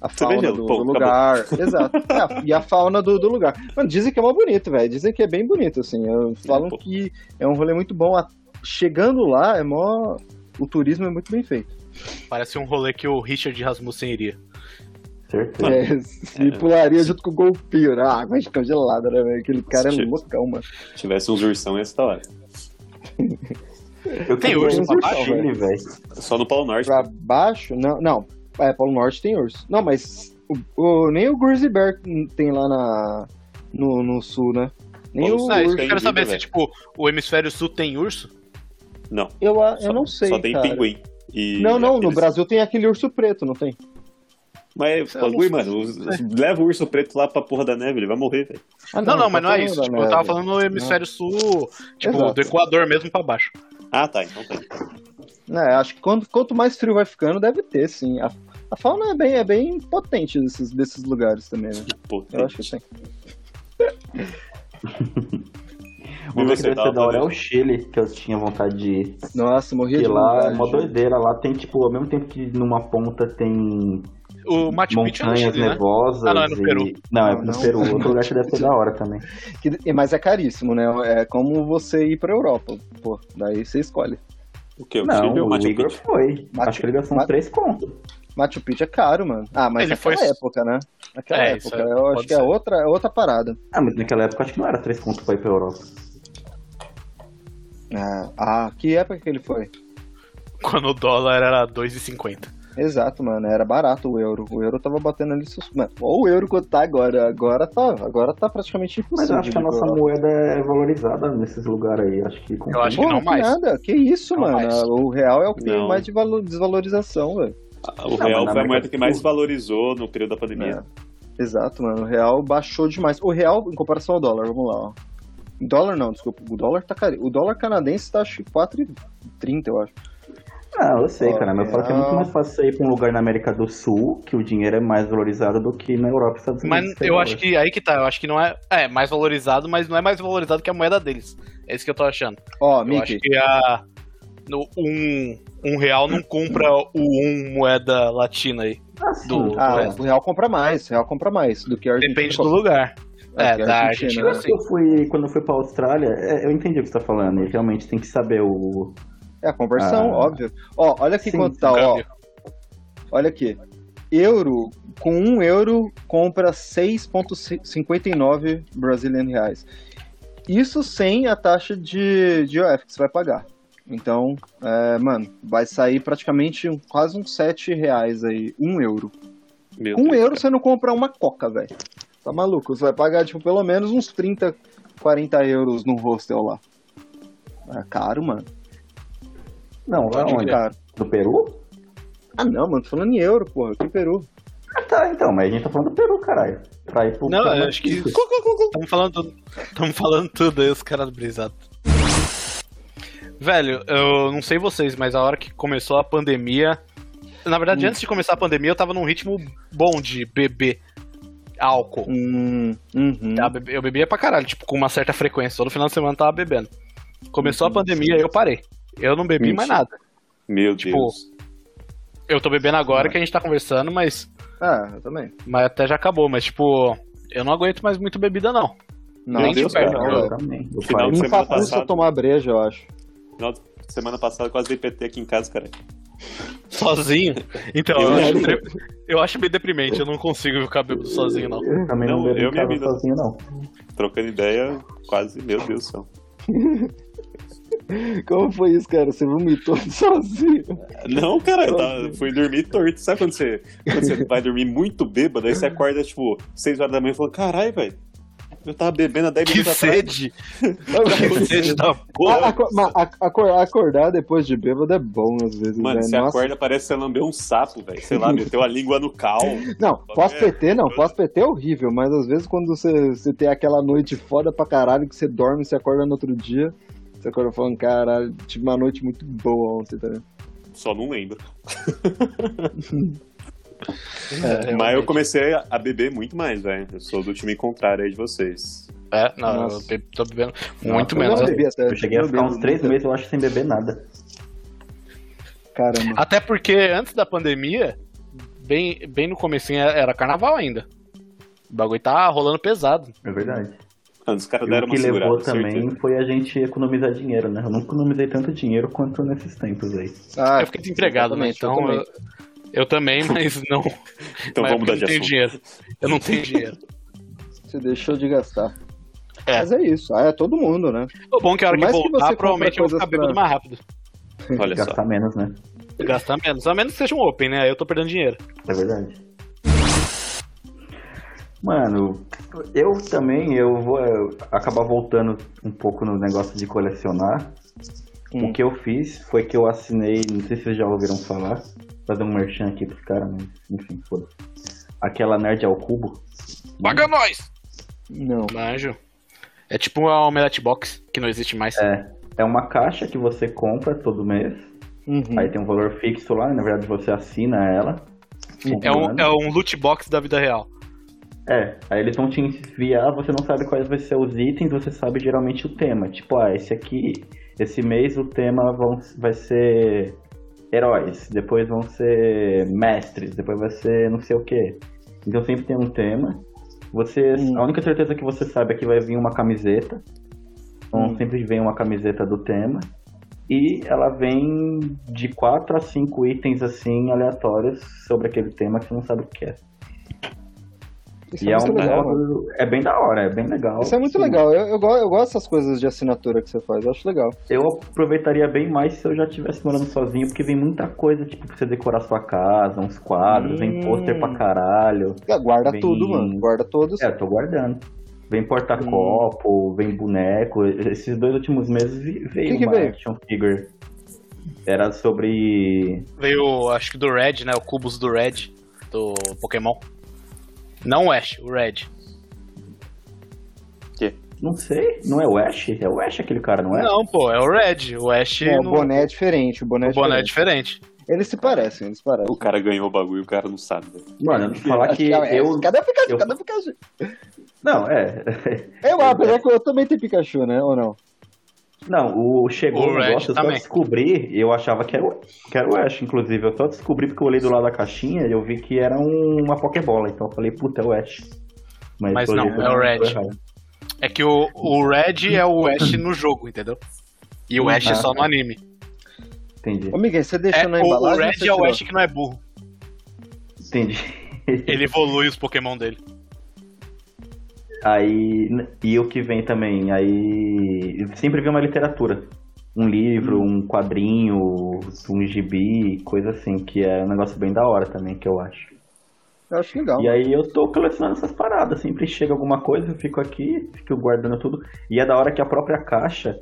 C: a
A: Você vê
C: fauna
A: gelo,
C: do,
A: pô,
C: do
A: acabou. [LAUGHS]
C: lugar. Exato. É, a- e a fauna do, do lugar. Mano, dizem que é mó bonito, velho. Dizem que é bem bonito, assim. Eu- Falam
A: pô.
C: que é um rolê muito bom. A- chegando lá, é mó. O turismo é muito bem feito.
B: Parece um rolê que o Richard Rasmussen iria.
H: Certeza.
C: É, se pularia junto com o golpinho, né? A água de congelada, né, velho? Aquele cara é
A: Sim.
C: loucão, mano.
A: Se tivesse uns ursão, ia estar lá.
H: Eu
B: Tem
H: queria
B: urso
H: ir
B: pra
C: baixo?
H: Chile, velho.
A: Só no Polo Norte.
C: Pra baixo? Não, não. É, Polo Norte tem urso. Não, mas o, o- nem o Grizzly Bear tem lá na, no, no sul, né? Nem
A: Polo
C: o
A: Sul,
B: Ah, isso
A: urso
B: que eu
A: tem vida,
B: quero saber se,
A: velho.
B: tipo, o hemisfério sul tem urso.
A: Não.
C: Eu, a- eu
A: só-
C: não sei.
A: Só tem
C: cara.
A: pinguim. E
C: Não, não, no
A: aqueles-
C: Brasil tem aquele urso preto, não tem?
A: Mas, bagulho, mano, os- os- leva o urso preto lá pra porra da neve, ele vai morrer, velho.
C: Ah,
B: Não, não,
C: tá
B: mas não é
C: falando
B: isso.
C: da
B: Tipo, eu tava
C: neve.
B: falando no hemisfério sul, tipo,
C: Exato.
B: do Equador mesmo pra baixo.
A: Ah, tá, então tá.
C: É, acho que quanto, quanto mais frio vai ficando, deve ter, sim. A, a fauna é bem, é bem potente desses, desses lugares também, né?
A: Pô,
C: Eu acho que tem.
A: você
H: Um lugar que deve
A: tava
H: ser da hora é
A: falando?
H: o Chile, que eu tinha vontade de ir.
C: Nossa, morria
H: Porque
C: de né?
H: lá é
C: vontade.
H: uma doideira. Lá tem, tipo, ao mesmo tempo que numa ponta tem
B: O Machu Picchu é no
H: montanhas
B: Chile, né?
H: nevosas.
B: Ah, não, é no
H: e-
B: Peru.
H: Não, é
C: Não,
H: no
C: não.
H: Peru. Outro lugar que deve ser da hora também.
C: Que- mas é caríssimo, né? É como você ir pra Europa. Pô, daí você escolhe.
A: O que? O Chile
H: Não,
A: ou o
H: o
A: Machu
H: Igor
A: Picchu?
H: foi.
C: Machu-
H: Acho que ele gastou
C: Machu-
H: uns três contos.
C: Machu Picchu é caro, mano. Ah, mas
B: Ele
C: naquela
B: foi-
C: época, né? Naquela
B: É, isso
C: época.
B: é-
C: eu acho
B: pode
C: que é
B: ser.
C: outra, é outra parada.
H: Ah, mas naquela época acho que não era três contos pra ir pra Europa.
C: Ah, ah, que época que ele foi?
B: Quando o dólar era 2,50.
C: Exato, mano. Era barato o euro. O euro tava batendo ali. sus- Mano, olha o euro quanto tá agora. Agora tá, agora tá praticamente impossível.
H: Mas eu acho que a
C: de
H: nossa
C: colocar.
H: moeda é valorizada nesses lugares aí. Acho que
B: Eu acho que
C: Pô,
B: não
C: que
B: mais.
C: nada. Que isso,
B: Não
C: mano.
B: mais.
C: O real é o que tem
A: Não.
C: mais de valo- desvalorização, velho.
A: Ah, O real
H: Não, mas na
A: foi a
H: América
A: moeda
H: do
A: que mais
H: Sul.
A: valorizou no período da pandemia.
C: É. Exato, mano. O real baixou demais. O real, em comparação ao dólar, vamos lá, ó. Dólar não, desculpa. O dólar tá caro. O dólar canadense tá acho que 4,30, eu acho.
H: Ah, eu sei,
C: Ó,
H: cara, mas eu falo que é muito
C: não.
H: mais fácil você ir pra um lugar na América do Sul, que o dinheiro é mais valorizado do que na Europa e Estados Unidos.
B: Mas
H: sei
B: eu
H: lá.
B: acho que aí que tá, eu acho que não é. É, mais valorizado, mas não é mais valorizado que a moeda deles. É isso que eu tô achando.
C: Ó,
B: Eu
C: Mickey,
B: acho que a. No, um, um real não compra o um moeda latina aí.
H: Ah, sim.
B: do-
C: Ah,
B: É.
C: o Real compra mais, o Real compra mais do que a Argentina.
B: Depende do lugar. É,
C: que a Argentina,
B: da
C: né?
B: Argentina,
H: Quando
B: sim.
A: Assim.
H: eu fui, quando eu fui pra Austrália, é, eu entendi o que você tá falando. E realmente tem que saber o.
C: É a conversão,
H: Ah.
C: óbvio. Ó, olha aqui
H: Sim,
C: quanto tá, ó.
B: câmbio.
C: Olha aqui. Euro, com um euro, compra 6,59 Brazilian reais. Isso sem a taxa de, de IOF que você vai pagar. Então, é, mano, vai sair praticamente um- quase uns 7 reais aí, um euro.
A: Meu
C: Com um
A: Deus,
C: euro
A: cara.
C: você não compra uma coca, velho. Tá maluco? Você vai pagar, tipo, pelo menos uns 30, 40 euros num hostel lá. É caro, mano.
H: Não, lá
C: É
H: onde?
C: caro.
H: Do Peru?
C: Ah, não, mano. Tô falando em euro, porra. Que Peru.
H: Ah, tá, então, mas a gente tá falando do Peru, caralho. Pra ir pro
B: Não,
H: pra-
B: eu acho que. Estamos falando tudo. Estamos falando tudo aí, os caras brisados. Velho, eu não sei vocês, mas a hora que começou a pandemia. Na verdade, antes de começar a pandemia, eu tava num ritmo bom de beber álcool.
C: Hum, uhum.
A: Tá
B: Eu Tá, bebe- Eu bebia pra caralho, tipo, com uma certa frequência. Todo final de semana eu tava bebendo. Começou a pandemia, eu parei. Eu não bebi mais
A: Mentira.
B: nada.
A: Meu
B: Tipo,
A: Deus.
B: Eu tô bebendo agora que a gente tá conversando, mas,
C: Ah, eu também.
B: mas até já acabou. Mas, tipo, eu não aguento mais muito bebida, não.
C: Não, né?
A: Meu Deus, cara.
C: não,
A: Eu-
C: velho.
H: também. Eu
A: Final
H: parei.
A: de
C: Me
A: Tá semana
C: fatura se eu
A: passada.
C: tomar breja, eu acho.
A: Final de semana passada eu quase dei PT aqui em casa, cara.
B: Sozinho? Então,
A: Eu
B: eu, acho,
A: acho-
B: depre- eu acho meio deprimente. Eu não consigo ficar bebendo sozinho, não.
H: Eu também não,
A: Não,
H: bebo
A: eu
H: em
A: minha
H: casa
A: vida.
H: sozinho, não.
A: Trocando ideia, quase, meu Deus do céu.
C: Como foi isso, cara? Você vomitou [LAUGHS] sozinho?
A: Não, cara, eu tava- fui dormir torto. Sabe quando você, quando você vai dormir muito bêbado, aí você acorda, tipo, 6 horas da manhã e fala, caralho, velho, eu tava bebendo há 10
B: Que
A: minutos atrás.
B: sede! [LAUGHS] Que sede da
C: Ah,
B: porra!
C: aco- mas ac- acor- acordar depois de bêbado é bom às vezes,
A: Mano,
C: né?
A: você
C: Nossa.
A: acorda, parece que você lambeu um sapo, velho. Sei
H: [LAUGHS]
A: lá, meteu a língua no cal.
C: Não, pós-PT não,
A: É.
C: pós-PT é horrível, mas às vezes quando você, você tem aquela noite foda pra caralho, que você dorme, você acorda no outro dia, você acorda falando, caralho, tive uma noite muito boa ontem tá também.
A: Só não lembro.
H: É,
A: É,
B: É,
A: Mas eu comecei a a beber muito mais, velho. Eu sou do time contrário aí de vocês.
B: É, não, eu
C: Nossa.
B: be- tô bebendo
H: Nossa,
B: muito
H: eu
B: menos.
C: não bebi até.
H: Eu cheguei a
C: não
H: ficar
C: bebo
H: uns três
C: muito.
H: meses, eu acho, sem beber nada.
C: Caramba.
B: Até porque antes da pandemia, bem, bem no comecinho era carnaval ainda. O bagulho tá rolando pesado.
H: É verdade.
A: Mano, os caras
H: E
A: deram
H: o que
A: uma segurada.
H: levou também
A: certeza.
H: foi a gente economizar dinheiro, né? Eu nunca economizei tanto dinheiro quanto nesses tempos aí.
C: Ah,
B: eu fiquei desempregado, né?
C: exatamente,
B: Então eu eu também. [LAUGHS] mas não.
A: Então vamos
B: mas eu
A: mudar
B: não
A: de
B: tenho
A: assunto.
B: dinheiro. Eu não tenho dinheiro.
C: Você deixou de gastar.
B: É.
C: Mas é isso, ah, é todo mundo, né?
B: O bom é que a
C: Por
B: hora que
C: mais que
B: voltar,
C: você
B: provavelmente eu vou
C: compre
B: ficar bebendo
C: coisas pra-
B: mais rápido.
A: Olha só.
H: Gastar menos, né?
B: Gastar menos. A menos que seja um open, né? Aí eu tô perdendo dinheiro.
H: É verdade. Mano, eu também eu vou eh, acabar voltando um pouco no negócio de colecionar.
C: Hum.
H: O que eu fiz foi que eu assinei, não sei se vocês já ouviram falar, vou fazer um merchan aqui pros caras, mas enfim, foda Aquela Nerd ao Cubo.
B: Paga nós!
C: Não.
B: Manjo. É tipo uma omelete box, que não existe mais.
H: É, é uma caixa que você compra todo mês,
C: Uhum.
H: aí tem um valor fixo lá, na verdade você assina ela.
B: É um,
H: comprando.
B: é um loot box da vida real.
H: É, aí eles vão te enviar, você não sabe quais vão ser os itens, você sabe geralmente o tema. Tipo, ah, esse aqui, esse mês o tema vão, vai ser heróis, depois vão ser mestres, depois vai ser não sei o quê. Então sempre tem um tema. Você,
C: Hum.
H: A única certeza que você sabe é que vai vir uma camiseta. Então
C: Hum.
H: sempre vem uma camiseta do tema. E ela vem de quatro a cinco itens assim aleatórios sobre aquele tema que você não sabe o que é.
C: Isso
H: E é,
C: é muito
H: um
C: legal, mano.
H: bagulho- é bem da hora, é bem legal.
C: Isso é muito
H: Sim.
C: legal. Eu, eu, go- eu gosto dessas coisas de assinatura que você faz, eu acho legal.
H: Eu aproveitaria bem mais se eu já estivesse morando sozinho, porque vem muita coisa, tipo, pra você decorar sua casa, uns quadros, vem
C: Hum.
H: pôster pra caralho.
C: Ah, Guarda
H: Bem-
C: tudo, mano. Guarda todos.
H: É, eu tô guardando. Vem porta-copo, vem boneco. Esses dois últimos meses vi- veio
C: Que que
H: uma
C: veio?
H: action figure. Era sobre.
B: Veio, acho que do Red, né? O Cubos do Red, do Pokémon. Não o Ash, o Red.
H: Não sei, não é o Ash? É o Ash aquele cara, não é?
B: Não, pô, é o Red. O Ash
C: É, o
B: no-
C: boné é diferente, o boné é
B: o boné é
C: diferente.
B: diferente.
C: Eles se parecem, eles se parecem.
A: O cara ganhou o bagulho, o cara não sabe. velho.
H: Mano, falar que
C: é,
H: eu.
C: Cadê o Pikachu?
H: eu-
C: Cadê o Pikachu?
H: Não, é. [LAUGHS]
C: Eu, apesar que eu também tenho Pikachu, né? Ou não?
H: Não, o chegou
B: O
H: o
B: Red
H: negócio, eu só
B: também.
H: descobri, eu achava que era, o, que era o Ash, inclusive. Eu só descobri porque eu olhei do lado da caixinha e eu vi que era um- uma Pokébola. Então eu falei, puta, é o Ash.
B: Mas
H: pelo
B: não,
H: jeito,
B: é o
H: eu
B: Red.
H: tô errado.
B: É que o, o Red é o Ash no jogo, entendeu? E o Ash é
H: Ah,
B: só no anime.
H: Entendi,
C: Ô, Miguel, você
B: É,
C: Uhum. deixou na
B: o, o
C: embalagem? ou
B: Red
C: você
B: é o
C: tirou?
B: Ash que não é burro.
H: entendi.
B: Ele evolui os Pokémon dele.
H: Aí, e o que vem também, aí sempre vem uma literatura. Um livro,
B: Hum.
H: um quadrinho, um gibi, coisa assim, que é um negócio bem da hora também, que eu acho.
C: Eu acho legal.
H: E aí eu tô colecionando essas paradas. Sempre chega alguma coisa, eu fico aqui, fico guardando tudo. E é da hora que a própria caixa,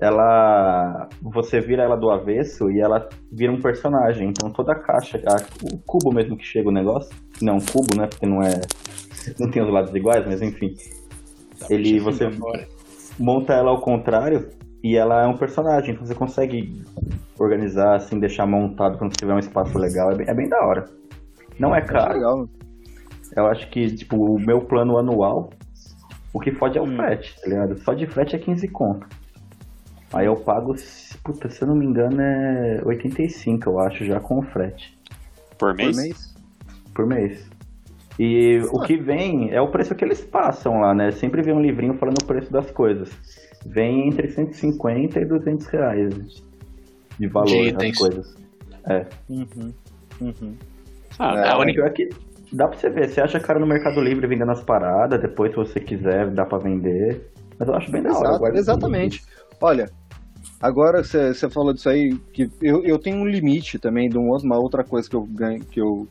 H: ela. Você vira ela do avesso e ela vira um personagem. Então toda a caixa, a- o cubo mesmo que chega o negócio. Não, cubo, né? Porque não é. Não
B: assim,
H: tem os lados iguais, mas enfim. Ele, você monta ela ao contrário E ela é um personagem, então você consegue organizar, assim, deixar montado quando você tiver um espaço legal. É bem, é bem da hora. Não é
C: Tá
H: caro.
C: legal.
H: Eu acho que, tipo, o meu plano anual, o que fode é o
B: Hum.
H: frete, tá ligado? Só de frete é 15 conto. Aí eu pago, puta, se eu não me engano, é 85, eu acho, já com o frete,
A: Por
C: Por
A: mês?
C: mês?
H: por mês. E o que vem é o preço que eles passam lá, né? Sempre vem um livrinho falando o preço das coisas. Vem entre 150 e 200 reais de valor
B: De
H: das
B: itens.
H: coisas.
C: Uhum. Uhum.
A: Ah,
C: É,
A: a única-
H: Pior que dá pra você ver, você acha cara no Mercado Livre vendendo as paradas, depois se você quiser dá pra vender. Mas eu acho bem da hora. eu
C: Exato,
H: guardo
C: exatamente. Olha, agora você você falou disso aí, que eu, eu tenho um limite também de um- uma outra coisa que eu ganho, que eu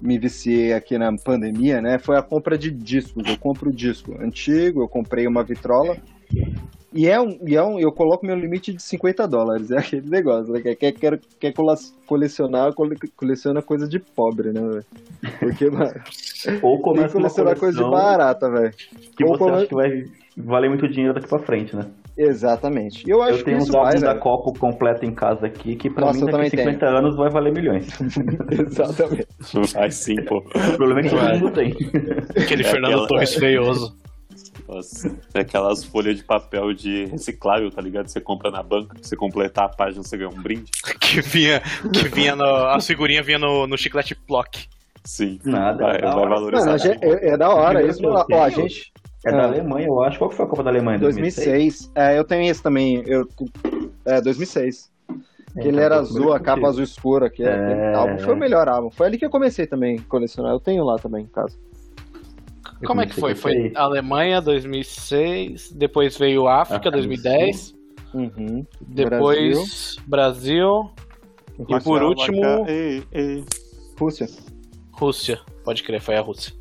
C: me viciei aqui na pandemia, né? Foi a compra de discos. Eu compro disco antigo, eu comprei uma vitrola. E é um, e é um, eu coloco meu limite de 50 dólares, [LAUGHS] é aquele negócio, né? Quer, quer, quer, quer cola- colecionar, cole- coleciona coisa de pobre, né, velho? Porque, mano,
H: tudo. Ou
C: tem que
H: começa uma
C: colecionar
H: coleção
C: coisa de barata, velho.
H: que
C: ou
H: você
C: come-
H: acha que vai valer muito dinheiro daqui pra frente, né?
C: Exatamente. Eu acho
H: eu
C: que
H: tenho
C: isso né?
H: uns
C: vai,
H: álbuns da
C: velho.
H: Copa completa em casa aqui, que pra
C: Nossa, eu
H: mim daqui
C: também
H: 50 anos vai
C: [LAUGHS]
H: valer milhões.
C: Exatamente.
A: [LAUGHS] Vai sim, pô.
H: O problema é que todo
A: Vai.
H: mundo tem.
B: Aquele
A: É
B: Fernando
A: aquela-
B: Torres feioso. [LAUGHS]
A: Nossa, é aquelas folhas de papel de reciclável, tá ligado? Você compra na banca, se você completar a página, você ganha um brinde.
B: Que vinha, que vinha no, a figurinha vinha no, no chiclete Plock.
A: Sim.
H: Nada,
A: Vai,
H: é da
A: vai
H: hora.
A: valorizar. né?
C: Mano, a gente- é, é da hora isso.
H: Eu
C: Ó,
H: tenho.
C: a gente.
H: É da
C: Ah.
H: Alemanha, eu acho. Qual que foi a Copa da Alemanha? 2006?
C: 2006. É, eu tenho esse também. Eu, é, 2006. Que ele
H: então,
C: era
H: foi
C: azul, a
H: possível.
C: capa azul escura. Que é,
H: É.
C: aquele álbum. Foi o melhor álbum. Foi ali que eu comecei também a colecionar. Eu tenho lá também em casa.
H: Eu
B: Como é que foi?
H: comecei com
B: Foi
H: isso aí.
B: Alemanha 2006, depois veio África
H: África do
B: 2010,
C: Uhum.
B: depois Brasil, e por
A: Calma,
B: último
A: cara. Ei, ei.
C: Rússia.
B: Rússia. Pode crer, foi a Rússia.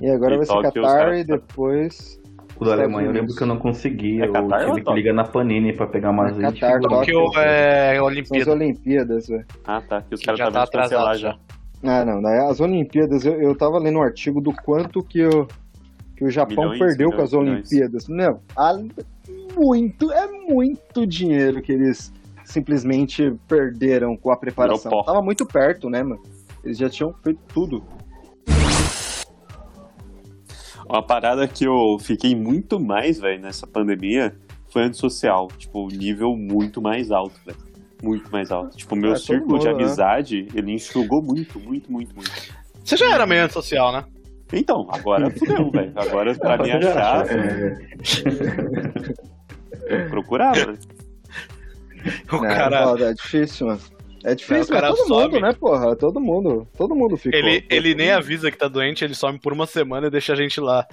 C: E agora
A: E
C: vai ser
A: Tóquio, os
C: Qatar
A: caras-
C: e depois.
H: O da
C: Estados
H: Alemanha, eu lembro
C: Unidos.
H: que eu não consegui.
A: É
H: eu
A: Catar ou
H: tive que
A: Tóquio?
H: ligar na Panini pra pegar umas...
C: É Catar,
H: tipo,
C: Tóquio.
B: Tóquio é
C: São as
B: Olimpíada.
C: Olimpíadas, velho.
A: Ah, tá. Que os
B: Já
A: caras estavam
B: tá
A: tá cancelar
B: atrasado
A: já.
B: já.
C: Ah, não. né? As Olimpíadas, eu, eu tava lendo um artigo do quanto que o, que o Japão
A: Milhões,
C: perdeu com as
A: milhões,
C: Olimpíadas. Não, há muito, é muito dinheiro que eles simplesmente perderam com a preparação.
A: Virou pó.
C: Tava muito perto, né, mano? Eles já tinham feito tudo.
A: Uma parada que eu fiquei muito mais, velho, nessa pandemia foi antissocial. Tipo, nível muito mais alto, velho. Muito mais alto. Tipo, meu
C: É, todo
A: círculo de
C: mundo, né?
A: amizade, ele enxugou muito, muito, muito, muito.
B: Você já era meio antissocial, né?
A: Então,
B: [LAUGHS]
A: agora fudeu, velho. Agora, pra me
H: Eu já
A: achar,
H: acho, é,
A: procurava. né?
B: O
C: né?
B: cara.
C: Foda, é difícil, mano. É difícil,
B: Não, o
C: mas
B: cara
C: todo mundo,
B: some.
C: né, porra? Todo mundo. Todo mundo ficou.
B: Ele,
C: [LAUGHS]
B: ele nem avisa que tá doente, ele some por uma semana e deixa a gente lá.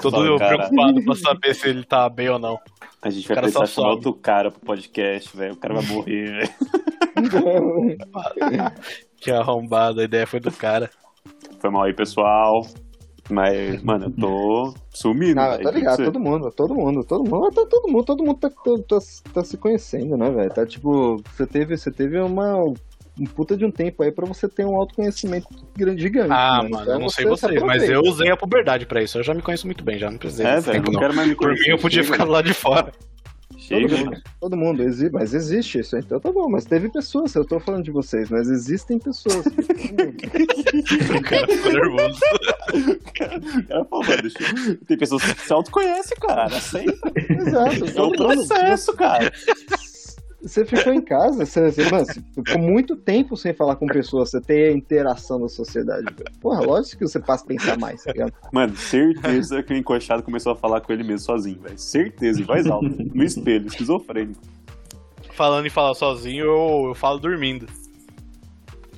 B: Todo
A: Fala, cara.
B: preocupado pra saber se ele tá bem ou não.
A: A gente vai
B: O cara só
A: precisar chamar
B: sobe.
A: outro cara pro podcast, velho. O cara vai morrer, velho.
B: Que arrombado, a ideia foi do cara.
A: Foi mal aí, pessoal. Mas, mano, eu tô sumindo.
C: Não,
A: velho.
C: tá ligado,
A: Você-
C: todo mundo, todo mundo, todo mundo, tá todo mundo, todo mundo tá, tá, tá- tá se conhecendo, né, velho? Tá tipo, você teve, você teve uma um puta de um tempo aí pra você ter um autoconhecimento grande gigante.
B: Ah, mano,
C: Então
B: eu não sei
C: se
B: vocês, mas
C: aproveita.
B: eu usei a puberdade pra isso. Eu já me conheço muito bem, já não precisei.
A: É,
B: desse
A: velho,
B: tempo,
A: não
B: não.
A: quero mais me
B: Por
A: conhecer.
B: mim, eu podia
A: Chega,
B: ficar lá
A: [LAUGHS]
B: de fora.
A: Chega,
C: Todo
A: mano.
C: Todo mundo, exi mas existe isso, então tá bom, mas teve pessoas, eu tô falando de vocês, mas existem
B: [LAUGHS]
C: pessoas.
B: O cara ficou nervoso.
A: O cara falou, mano, deixa- tem pessoas que se autoconhecem, cara. Aceita.
C: Exato,
A: É um
B: Então tá.
C: todo mundo.
A: processo, cara.
C: Você ficou em casa, você, você, mano, você ficou muito tempo sem falar com pessoas, você tem a interação da sociedade. velho. Porra, lógico que você passa a pensar mais, tá ligado?
A: Mano, certeza que o encoxado começou a falar com ele mesmo sozinho, velho. Certeza, em voz alta. No espelho, esquizofrênico.
B: Falando em falar sozinho, eu, eu falo dormindo.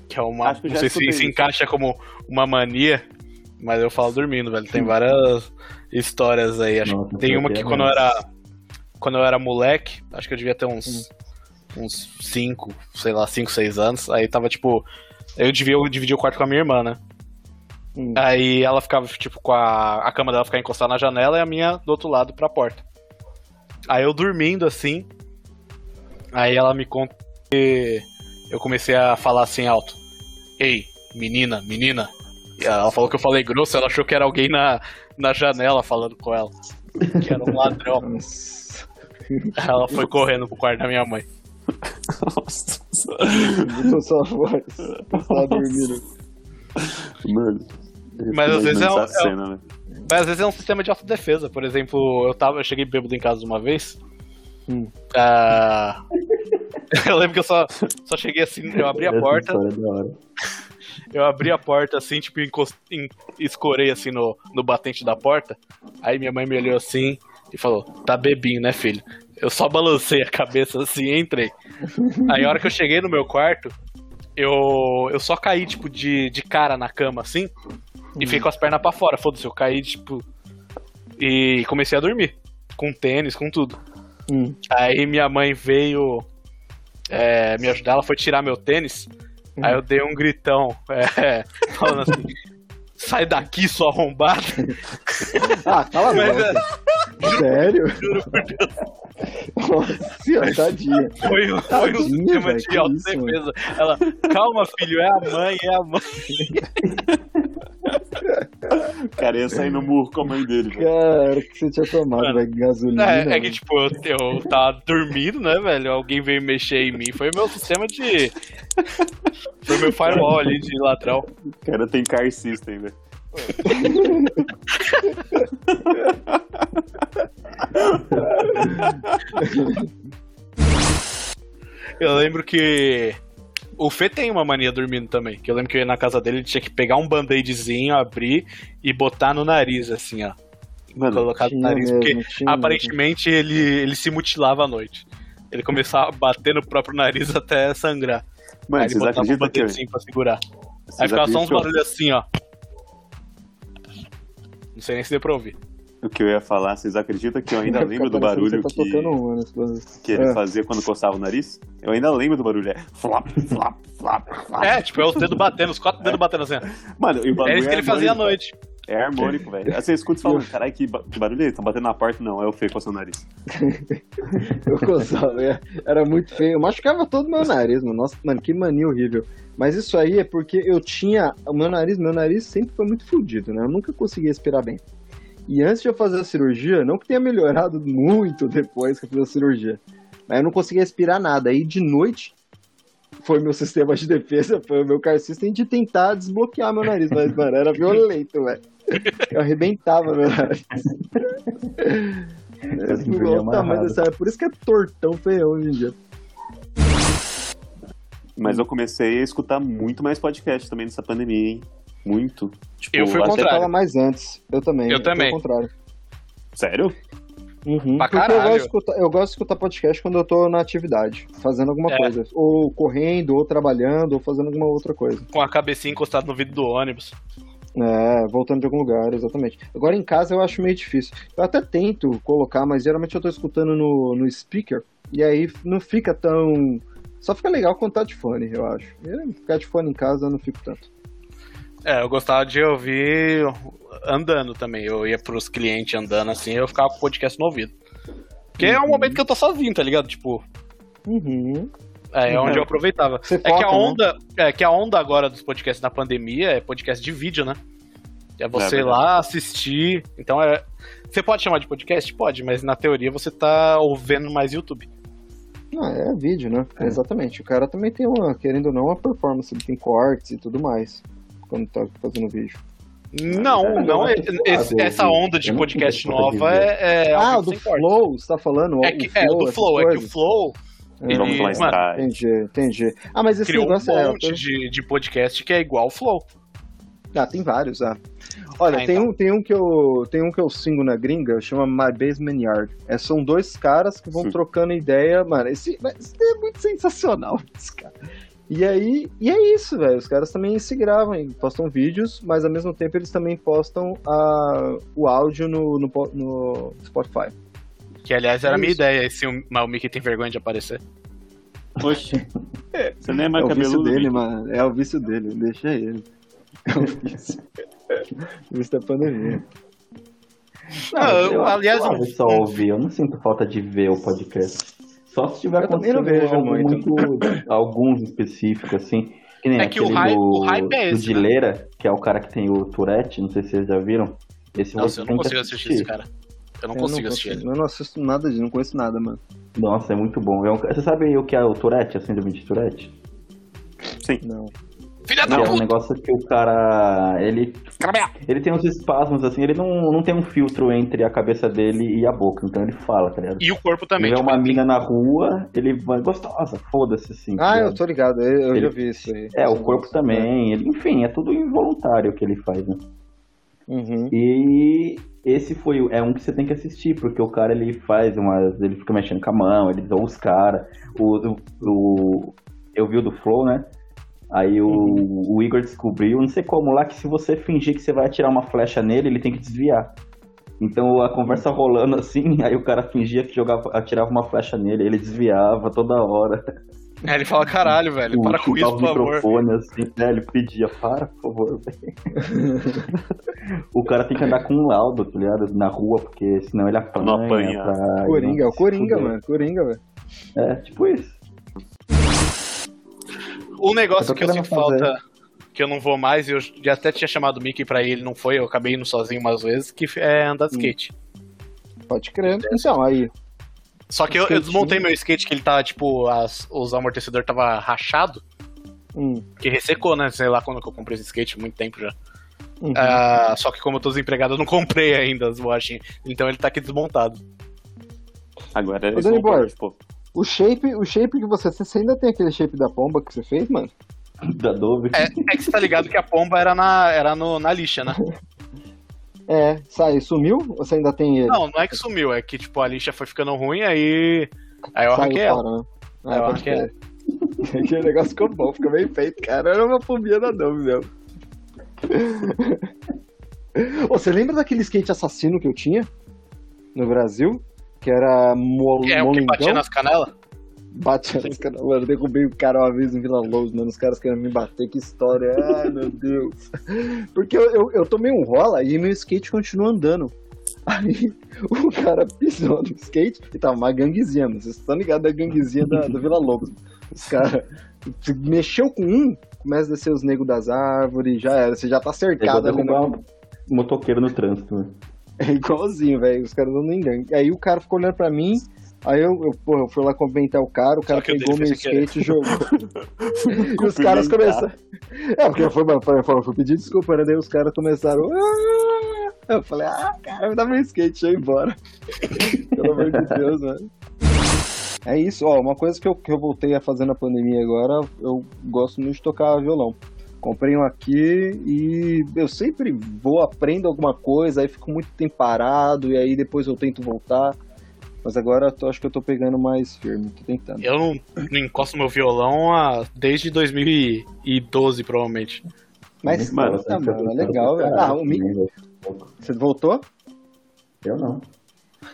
B: Que é uma.
A: Acho que eu
B: não
A: já
B: sei se
A: escutei
B: se
A: isso.
B: encaixa como uma mania, mas eu falo dormindo, velho. Tem várias histórias aí. Acho
H: Nossa,
B: que tem uma
H: pior
B: que
H: que é
B: quando eu
H: mesmo.
B: era. Quando eu era moleque, acho que eu devia ter uns. Uns 5, sei lá, 5, 6 anos. Aí tava tipo. Eu devia eu dividi o quarto com a minha irmã, né?
C: Hum.
B: Aí ela ficava, tipo, com a. A cama dela ficava encostada na janela e a minha do outro lado pra porta. Aí eu dormindo assim. Aí ela me conta que eu comecei a falar assim alto. Ei, menina, menina. E ela falou que eu falei grosso, ela
H: [LAUGHS]
B: achou que era alguém na, na janela falando com ela. Que era um ladrão.
C: Nossa.
B: Ela foi correndo pro quarto da minha mãe.
A: Nossa.
C: Escutam só a voz. Tá dormindo.
A: né? Mano.
B: Mas às vezes é um-
A: Essa
B: é um-
A: cena, né?
B: Mas às vezes é um sistema de autodefesa. Por exemplo, eu tava, eu cheguei bêbado em casa uma vez.
H: Hum.
B: Ah, [LAUGHS] eu lembro que eu só, só cheguei assim, eu abri a
H: Essa
B: porta,
H: história é da hora.
B: eu abri a porta assim, tipo, encos- en- escorei assim no, no batente da porta. Aí minha mãe me olhou assim e falou, tá bebinho, né, filho? Eu só balancei a cabeça assim e entrei. Aí a hora que eu cheguei no meu quarto, eu, eu só caí, tipo, de, de cara na cama, assim, e fiquei com as pernas pra fora. Foda-se, eu caí, tipo. E comecei a dormir. Com tênis, com tudo.
C: Hum.
B: Aí minha mãe veio é, me ajudar, ela foi tirar meu tênis. Aí eu dei um gritão, é, falando assim. Sai daqui, sua arrombada.
C: Ah, cala a
B: Mas,
C: boca.
B: é,
C: Sério?
B: juro por Deus,
C: Nossa senhora, tadinha.
B: foi, um- foi um
C: Tadinha,
B: sistema
C: tá velho,
B: de
C: que
B: autodefesa. Ela, calma, filho, é a mãe, é a mãe.
A: O [LAUGHS] cara ia sair no murro com a mãe dele. velho.
C: Cara, que você tinha tomado,
B: Mano,
C: velho. Gasolina.
B: É, é que,
C: velho.
B: tipo, eu, eu tava dormindo, né, velho? Alguém veio mexer em mim. Foi meu sistema de. Foi meu firewall ali de ladrão.
A: O cara tem car system, velho.
B: Eu lembro que. O Fê tem uma mania dormindo também. Que eu lembro que eu ia na casa dele, ele tinha que pegar um band-aidzinho, abrir e botar no nariz, assim, ó.
A: Mano,
B: Colocar no
C: tinha
B: nariz,
C: mesmo,
B: porque
C: tinha
B: aparentemente ele, ele se mutilava à noite. Ele começava a bater no próprio nariz até sangrar.
A: mano
B: Aí ele
A: vocês
B: botava um
A: acreditam que...
B: band-aidzinho pra segurar.
A: vocês
B: Aí ficava só uns
A: acreditam
B: barulhos assim, ó. Não sei nem se deu pra ouvir.
A: O que eu ia falar, vocês acreditam que eu
C: [LAUGHS]
A: ainda
C: Fica
A: lembro do
C: parecendo
A: barulho
C: que... Você tá tocando
A: que,
C: uma nas coisas.
A: que ele
C: É.
A: fazia quando coçava o nariz? Eu ainda lembro do barulho, é flap, flap, flap, flap.
B: É, tipo, é os dedos batendo, os quatro dedos batendo assim. ó.
A: Mano, e Ah. É. o barulho
B: É isso que ele fazia à
A: harmônico,
B: noite.
A: É harmônico, velho. Aí você escuta e fala, caralho, que, ba- que barulho é esse? Tão batendo na porta? Não, é o Fê coçando o nariz.
C: Eu gostava, é. era muito feio. Eu machucava todo o meu nariz, mano. Nossa, mano, que mania horrível. Mas isso aí é porque eu tinha. O meu nariz, meu nariz sempre foi muito fodido, né? Eu nunca conseguia respirar bem. E antes de eu fazer a cirurgia, não que tenha melhorado [LAUGHS] muito depois que eu fiz a cirurgia. Mas eu não conseguia respirar nada. Aí de noite foi meu [LAUGHS] sistema de defesa, foi o meu car system de tentar desbloquear meu nariz. Mas, mano, era violento, velho. Eu arrebentava meu nariz.
H: Eu sempre ia
C: Olha o tamanho
H: amarrado.
C: dessa- Por isso que é tortão feio hoje em dia. Hum.
A: Mas eu comecei a escutar muito mais podcast também nessa pandemia, hein? Muito. Tipo,
B: Eu fui ao
A: até-
B: contrário.
C: Tava mais antes. Eu também.
B: Eu
C: tô
B: também.
C: ao contrário.
A: Sério?
C: Uhum.
B: Pra
C: Porque eu
B: caralho.
C: gosto, de escutar, eu gosto de escutar podcast quando eu tô na atividade, fazendo alguma
B: É.
C: coisa. Ou correndo, ou trabalhando, ou fazendo alguma outra coisa.
B: Com a cabecinha encostada no vidro do ônibus.
C: É, voltando de algum lugar, exatamente. Agora em casa eu acho meio difícil. Eu até tento colocar, mas geralmente eu tô escutando no, no speaker, e aí não fica tão. Só fica legal quando tá de fone, eu acho. E Ficar de fone em casa eu não fico tanto.
B: É, eu gostava de ouvir andando também. Eu ia pros clientes andando assim, eu ficava com o podcast no ouvido. Porque é um momento que eu tô sozinho, tá ligado? Tipo,
C: Uhum.
B: é onde eu aproveitava.
C: Você
B: É que
C: foca,
B: a
C: né?
B: onda, é que a onda agora dos podcasts na pandemia é podcast de vídeo, né? É você
A: É
B: ir lá assistir. Então é, você pode chamar de podcast, pode, mas na teoria você tá ouvindo mais YouTube.
C: Ah, é vídeo, né? Exatamente. O cara também tem uma, querendo ou não, uma performance, ele tem cortes e tudo mais. Quando tá fazendo vídeo.
B: Não, não. é- esse- essa onda de
H: Eu não
B: podcast
H: tenho vontade de
B: nova é, é
C: ah,
B: ao
C: o
B: vivo
C: do
B: sem corte.
C: Flow, você tá falando?
B: É,
C: O
B: que, é, o do
C: essas
B: Flow, é que o
C: coisas?
B: Flow. ele-
A: Vamos falar
B: mano,
A: Sky.
C: Entendi, entendi. Ah, mas esse
B: criou um
C: negócio é.
B: monte de, de podcast que é igual o Flow.
C: Ah, tem vários, ah. Olha,
B: Ah,
C: tem,
B: então.
C: um, tem, um que eu, tem um que eu singo na gringa, chama My Basement Yard. É, são dois caras que vão
A: Sim.
C: trocando ideia, mano. Esse, mas esse é muito sensacional, [LAUGHS] esse cara. E aí, e é isso, velho. Os caras também se gravam, e postam vídeos, mas ao mesmo tempo eles também postam ah, o áudio no, no, po- no Spotify.
B: Que, aliás, era a minha
C: Isso.
B: ideia, esse, um, mas o Mickey tem vergonha de aparecer.
A: Oxe. Você nem é
C: É
A: mais
C: o vício
A: cabeludo,
C: dele,
A: Mickey.
C: mano. É o vício dele, deixa ele. É o vício. o [LAUGHS] vício da pandemia.
B: Ah, eu-
H: eu acho é
B: aliás,
H: suave
B: um-
H: só ouvir. Eu não sinto falta de ver o podcast. Só se tiver
C: Eu também
H: acontecendo
C: não vejo
H: algo
C: muito.
H: alguns específicos, assim. Que nem
B: É que o
H: aquele
B: hype-
H: do,
B: o hype é
H: do
B: esse, né?
H: Dileira, que é o cara que tem o Tourette, não sei se vocês já viram. Esse
B: Nossa, eu
H: você
B: não
H: tem que
B: consigo assistir esse cara. Eu não
C: Eu
B: consigo
C: não
B: assistir ele.
C: Eu não assisto nada disso, não conheço nada, mano.
H: Nossa, é muito bom. É um- Você sabe o que é o Tourette, a síndrome de Tourette?
C: Não.
B: Filha da
H: Que é um
B: Ah, puta!
H: negócio que o cara. Ele,
B: Caramba!
H: ele tem uns espasmos, assim, ele não, não tem um filtro entre a cabeça dele e a boca, então ele fala, tá ligado?
B: E o corpo também.
H: Ele vê
B: tipo,
H: uma mina na rua, ele vai gostosa, foda-se assim. tá
C: Ah, eu
H: ligado?
C: tô ligado, eu, eu
H: Ele-
C: já vi isso aí.
H: É, o corpo também, ele, enfim, é tudo involuntário que ele faz, né?
C: Uhum.
H: E esse foi o- é um que você tem que assistir, porque o cara ele faz umas. ele fica mexendo com a mão, ele zoa os caras. O, o- o- eu vi o do Flow, né? Aí o, o Igor descobriu, não sei como lá, que se você fingir que você vai atirar uma flecha nele, ele tem que desviar. Então a conversa rolando assim, [LAUGHS] aí o cara fingia que jogava, atirava uma flecha nele, ele desviava toda hora.
B: É, ele fala, caralho, velho, para com isso,
H: chutava
B: por
H: o
B: favor.
H: microfone, assim, né? Ele pedia, para, por
C: [LAUGHS]
H: favor, velho. o cara tem que andar com um laudo, tá ligado? Na rua, porque senão ele apanha.
A: Não apanha.
H: pra-
C: Coringa, é o
H: se
C: Coringa,
H: fuder.
C: mano. Coringa, velho.
H: É, tipo isso. [LAUGHS]
B: Um negócio
H: Eu tô
B: que eu
H: querendo
B: sinto
H: fazer.
B: falta, que eu não vou mais, e eu já até tinha chamado o Mickey pra ir, ele não foi, eu acabei indo sozinho umas vezes, que é andar de skate.
C: Pode crer. Então, aí.
B: Só que eu, eu
C: Skatinho.
B: desmontei meu skate, que ele tava, tipo, as- os amortecedores tava rachado,
C: Hum.
B: que ressecou, né? Sei lá quando que eu comprei esse skate, muito tempo já.
C: Uhum.
B: Ah, só que como eu tô desempregado, eu não comprei ainda as borrachinhas. Então ele tá aqui desmontado.
A: Agora
C: Ô,
A: eles
C: Danny
A: vão pôr,
C: Boy.
A: tipo,
C: O shape, o shape que você fez, você ainda tem aquele shape da pomba que você fez, mano?
H: Da Dove.
B: É, é que você tá ligado que a pomba era na, era no, na lixa, né?
C: É, sai, sumiu? Ou você ainda tem ele?
B: Não, não é que sumiu, é que, tipo, a lixa foi ficando ruim, aí... Aí eu
C: Saiu
B: arranquei ela.
C: fora, né? Ah,
B: É, eu
C: pode
B: arranquei ela.
C: crer. [LAUGHS] Aquele negócio ficou bom, ficou bem feito, cara. Era uma pombinha da Dome mesmo. [LAUGHS] Ô, você lembra daquele skate assassino que eu tinha? No Brasil? Que era mo
B: É o que
C: molengão?
B: batia nas canelas?
C: Bate nos caras. Mano, eu derrubei o cara uma vez no Vila Lobos, mano. Os caras querendo me bater, que história. Ai, meu Deus. Porque eu, eu, eu tomei um rola e meu skate continua andando. Aí o cara pisou no skate e tava uma ganguezinha, mano. Vocês estão ligados da ganguezinha da, do Vila Lobos. Os caras mexeu com um, começa a descer os negros das árvores, já era. Você já tá
H: É igual
C: cercado ali
H: derrubar
C: na
H: um motoqueiro no trânsito. né?
C: é igualzinho, velho. Os caras andam em gangue. Aí o cara ficou olhando pra mim. Aí eu, eu, porra, eu fui lá cumprimentar o cara, o cara
B: que o
C: pegou meu
B: dele foi sem
C: skate e jogou.
B: [LAUGHS]
C: e os caras começaram. É, porque foi, mano, foi, foi, foi pedir desculpa, né? Daí os caras começaram. "Ah!" Eu falei, ah, cara, me dá meu skate, deixa eu ir embora. Pelo amor [LAUGHS] de Deus, mano. É isso, ó. Uma coisa que eu, que eu voltei a fazer na pandemia agora, eu gosto muito de tocar violão. Comprei um aqui e eu sempre vou, aprendo alguma coisa, aí fico muito tempo parado e aí depois eu tento voltar. Mas agora eu tô- acho que eu tô pegando mais firme, tô tentando.
B: Eu não, não encosto meu violão há- desde 2012, provavelmente.
C: Mas,
H: Mano,
C: mano,
H: você
C: mano,
H: né?
C: é
H: fica-
C: legal, velho. Ah, o Mick,
H: Caralho,
C: você voltou?
H: né? Eu não.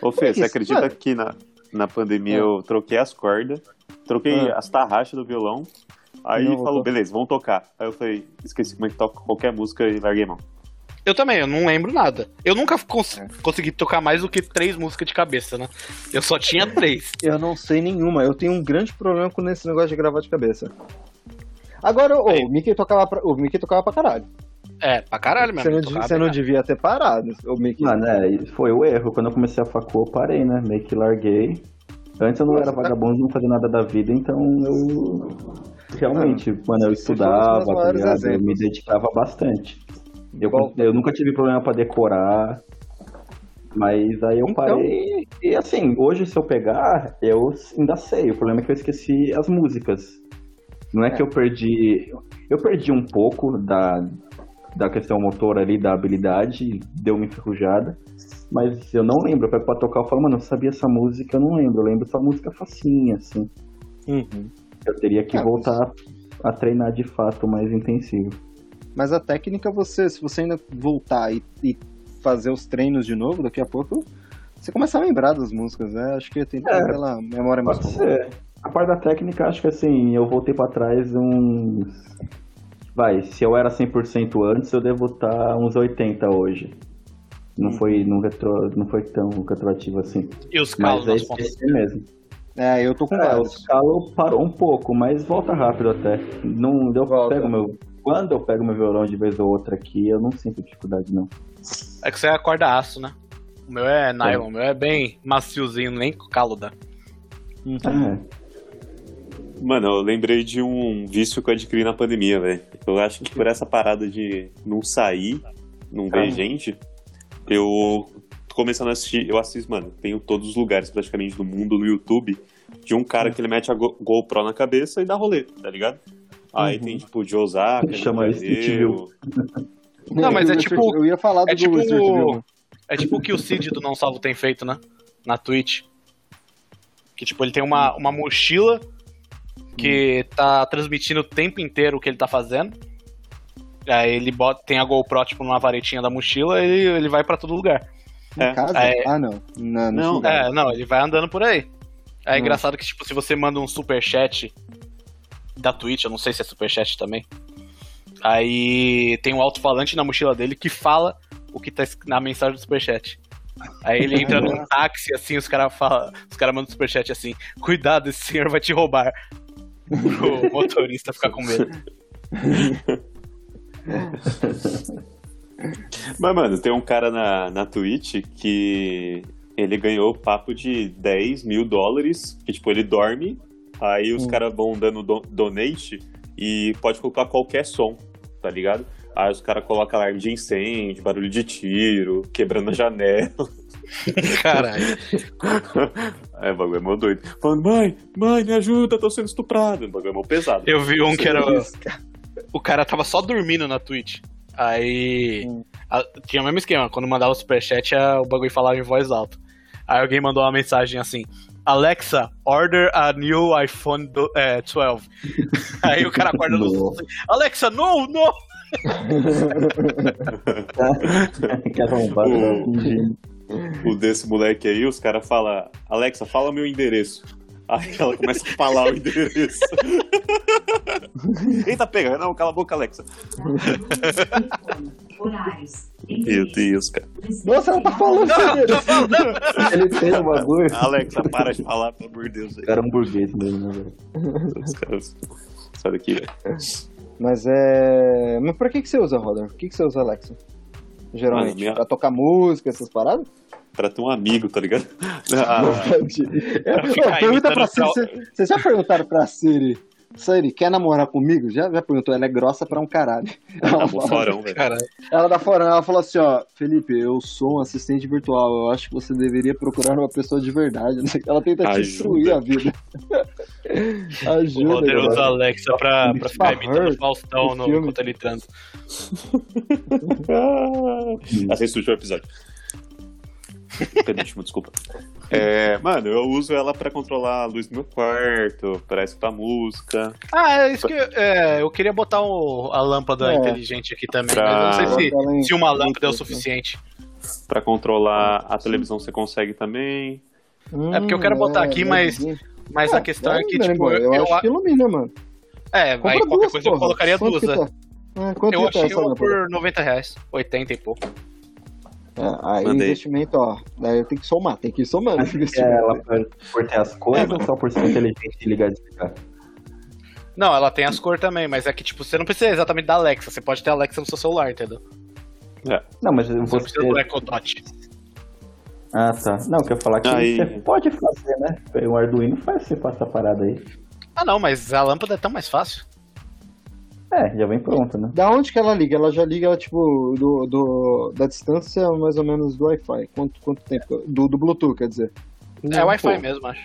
A: Ô, Fê,
C: Isso,
A: você acredita
C: mano.
A: que na, na pandemia eu troquei as cordas, troquei
C: Ah.
A: as tarraxas do violão, aí
C: Não,
A: falou,
C: voltou.
A: beleza, vamos tocar. Aí eu falei, esqueci como é que toca qualquer música e larguei a mão.
B: Eu também, eu não lembro nada. Eu nunca cons- consegui tocar mais do que três músicas de cabeça, né? Eu só tinha três.
C: Eu não sei nenhuma. Eu tenho um grande problema com esse negócio de gravar de cabeça. Agora, ô,
B: Aí.
C: o Mickey tocava pra, o Mickey tocava pra caralho.
B: É, pra caralho
C: Você
B: mesmo.
C: não,
B: eu
C: de-
B: tocava,
C: você não
B: cara.
C: devia ter parado, o Mickey.
H: Mano, é, foi o erro. Quando eu comecei a facul, eu parei, né? Meio que larguei. Antes eu não
C: Nossa,
H: era
C: tá-
H: vagabundo, não fazia nada da vida, então eu. Realmente, mano, eu
C: foi um dos meus
H: estudava, tá
C: maiores
H: ligado? eu
C: exemplos.
H: me dedicava bastante. Eu,
C: Bom.
H: eu nunca tive problema pra decorar, mas aí eu
C: Então.
H: parei. E assim, hoje se eu pegar, eu ainda sei. O problema é que eu esqueci as músicas. Não é, que eu perdi. Eu perdi um pouco da, da questão motor ali, da habilidade, deu uma enferrujada. Mas eu não lembro, eu pego pra tocar, eu falo, mano, eu sabia essa música, eu não lembro, eu lembro só música facinha, assim.
C: Uhum.
H: Eu teria que
C: Ah, mas-
H: voltar a treinar de fato mais intensivo.
C: Mas a técnica, você, se você ainda voltar e, e fazer os treinos de novo, daqui a pouco, você começa a lembrar das músicas, né? Acho que tem que ter
H: É.
C: aquela memória mais
H: Pode
C: boa.
H: ser. é, A parte da técnica, acho que assim, eu voltei pra trás uns. Vai, se eu era 100% antes, eu devo estar uns 80 hoje. Não foi, não retro, não foi tão retroativo assim.
B: E os
H: Mas
B: calos
H: é
B: nas
H: isso
B: pontas.
H: mesmo.
C: É, eu tô com
H: É, o
C: vários.
H: escalo parou um pouco, mas volta rápido até. Não, eu
C: Volta.
H: pego meu, quando eu pego meu violão de vez ou outra aqui, eu não sinto dificuldade, não.
B: É que você acorda aço, né? O meu é nylon, o meu é bem maciozinho, nem calo dá.
C: Uhum.
H: Ah,
A: Mano, eu lembrei de um vício que eu adquiri na pandemia, velho. Eu acho que por essa parada de não sair, não ver gente, eu tô começando a assistir, eu assisto, mano, tenho todos os lugares praticamente do mundo no YouTube, de um cara que ele mete a Go- GoPro na cabeça e dá rolê, tá ligado? Aí tem, tipo, o Joe Osaka,
H: Chama
A: o
H: isso de
A: Tadeu,
H: Tibio.
B: Não, mas é tipo-
C: [LAUGHS] Eu ia falar do
B: É tipo,
C: Stuart Mill.
B: é tipo o que o Cid do Não Salvo tem feito, né? Na Twitch. Que, tipo, ele tem uma, uma mochila que tá transmitindo o tempo inteiro o que ele tá fazendo. Aí ele bota, tem a GoPro, tipo, numa varetinha da mochila e ele, ele vai pra todo lugar.
C: Em
A: É.
C: casa?
B: É.
C: Ah, não. Não,
A: Não,
C: não.
B: É, não, ele vai andando por aí. É
C: Hum.
B: engraçado que, tipo, se você manda um superchat da Twitch, eu não sei se é superchat também. Aí tem um alto-falante na mochila dele que fala o que tá es- na mensagem do superchat. Aí ele entra [LAUGHS] num táxi, assim, os caras fala, os cara mandam superchat assim, cuidado, esse senhor vai te roubar. [LAUGHS] Pro motorista ficar com medo.
A: Mas, mano, tem um cara na, na Twitch que ele ganhou papo de 10 mil dólares, que, tipo, ele dorme, aí os caras vão dando do- donate e pode colocar qualquer som, tá ligado? Aí os caras colocam alarme de incêndio, barulho de tiro, quebrando a janela. [LAUGHS]
B: Caralho.
A: É, o bagulho é mó doido. Falando, mãe, mãe, me ajuda, tô sendo estuprado. O bagulho é mó pesado.
B: Eu vi um que era. O cara tava só dormindo na Twitch. Aí. a- tinha o mesmo esquema. Quando mandava o superchat, a- o bagulho falava em voz alta. Aí alguém mandou uma mensagem assim: Alexa, order a new iPhone do, é,
C: [LAUGHS]
B: 12. Aí o cara acorda no susto assim: Alexa, no, no!
H: É, [LAUGHS]
A: [LAUGHS]
H: que um arrombado.
A: O- o desse moleque aí, os caras falam, Alexa, fala meu endereço. Aí ela começa a falar o [LAUGHS] endereço. Eita, pega, não, cala a boca, Alexa. Meu Deus, cara.
C: Nossa, ela tá falando.
H: Ele fez
A: [LAUGHS]
H: o bagulho. [LAUGHS]
A: Alexa, para de falar, pelo amor de Deus.
H: O cara é um burguês mesmo, né, velho?
A: Os caras. Sai daqui, velho.
C: Mas é. Mas pra que, que você usa, Roder? Por que, que você usa Alexa? Geralmente.
A: Mano, minha-
C: Pra tocar música, essas paradas?
A: Pra ter um amigo, tá ligado?
B: [LAUGHS]
A: Ah,
C: É,
B: ficar
C: ó, pergunta
B: imitando
C: pra Siri.
B: pra-
C: Vocês vocês já perguntaram pra Siri? Siri, quer namorar comigo? Já, já perguntou, ela é grossa pra um caralho.
A: tá
C: Ela,
A: bom,
C: fala-
A: forão, velho.
B: Caralho.
C: ela dá fora, ela falou assim, ó, Felipe, eu sou um assistente virtual, eu acho que você deveria procurar uma pessoa de verdade. né? Ela tenta te
A: Ajuda.
C: destruir a
B: [LAUGHS]
C: vida.
B: O
C: Ajuda.
B: Roder usa a
C: galera.
B: Alexa pra, pra ficar
C: Favor,
B: imitando o Faustão no,
C: é filme.
B: enquanto ele transa.
A: Ah, Assiste o último episódio. Penúltimo, desculpa. É, mano, eu uso ela pra controlar a luz do meu quarto, pra escutar música.
B: Ah, é isso que. é, eu queria botar o- a lâmpada
C: É.
B: inteligente aqui também,
A: Pra-
B: mas eu não sei
C: Bota ela em-
B: se, se uma lâmpada é o
C: em-
B: suficiente.
A: Pra controlar a televisão você consegue também.
B: É porque eu quero
C: Hum,
B: botar aqui, mas- Mas
C: Ah,
B: a questão é que,
C: ainda, né,
B: tipo,
C: mano?
B: eu, eu,
C: acho que ilumina, mano.
B: é,
C: Compra
B: aí qualquer
C: duas,
B: coisa eu
C: porra.
B: colocaria
C: Quanto
B: duas,
C: que
B: né?
C: tá? Ah, quanto
B: Eu
C: que tá
B: achei
C: essa
B: uma
C: lâmpada?
B: por 90 reais, 80 e pouco.
C: É, aí o
A: Mandei.
C: investimento, ó. Daí eu tenho que somar, tem que ir somando esse
H: É,
C: investimento.
H: ela pra- por ter as coisas ou só por ser inteligente e ligar e desligar?
B: Não, ela tem as cores também, mas é que, tipo, você não precisa exatamente da Alexa, você pode ter a Alexa no seu celular, entendeu? Você
H: Não, mas
B: não precisa do
H: você.
B: Echo Dot.
H: Ah, tá. Não, eu quero falar que
A: Aí.
H: você pode fazer, né? O Arduino faz você passar a parada aí.
B: Ah, não, mas a lâmpada é tão mais fácil.
H: É, já vem pronta, né?
C: Da onde que ela liga? Ela já liga, tipo, do, do- da distância mais ou menos do Wi-Fi. Quanto, quanto tempo? Do, do Bluetooth, quer dizer.
B: é Wi-Fi
A: pô.
B: mesmo, acho.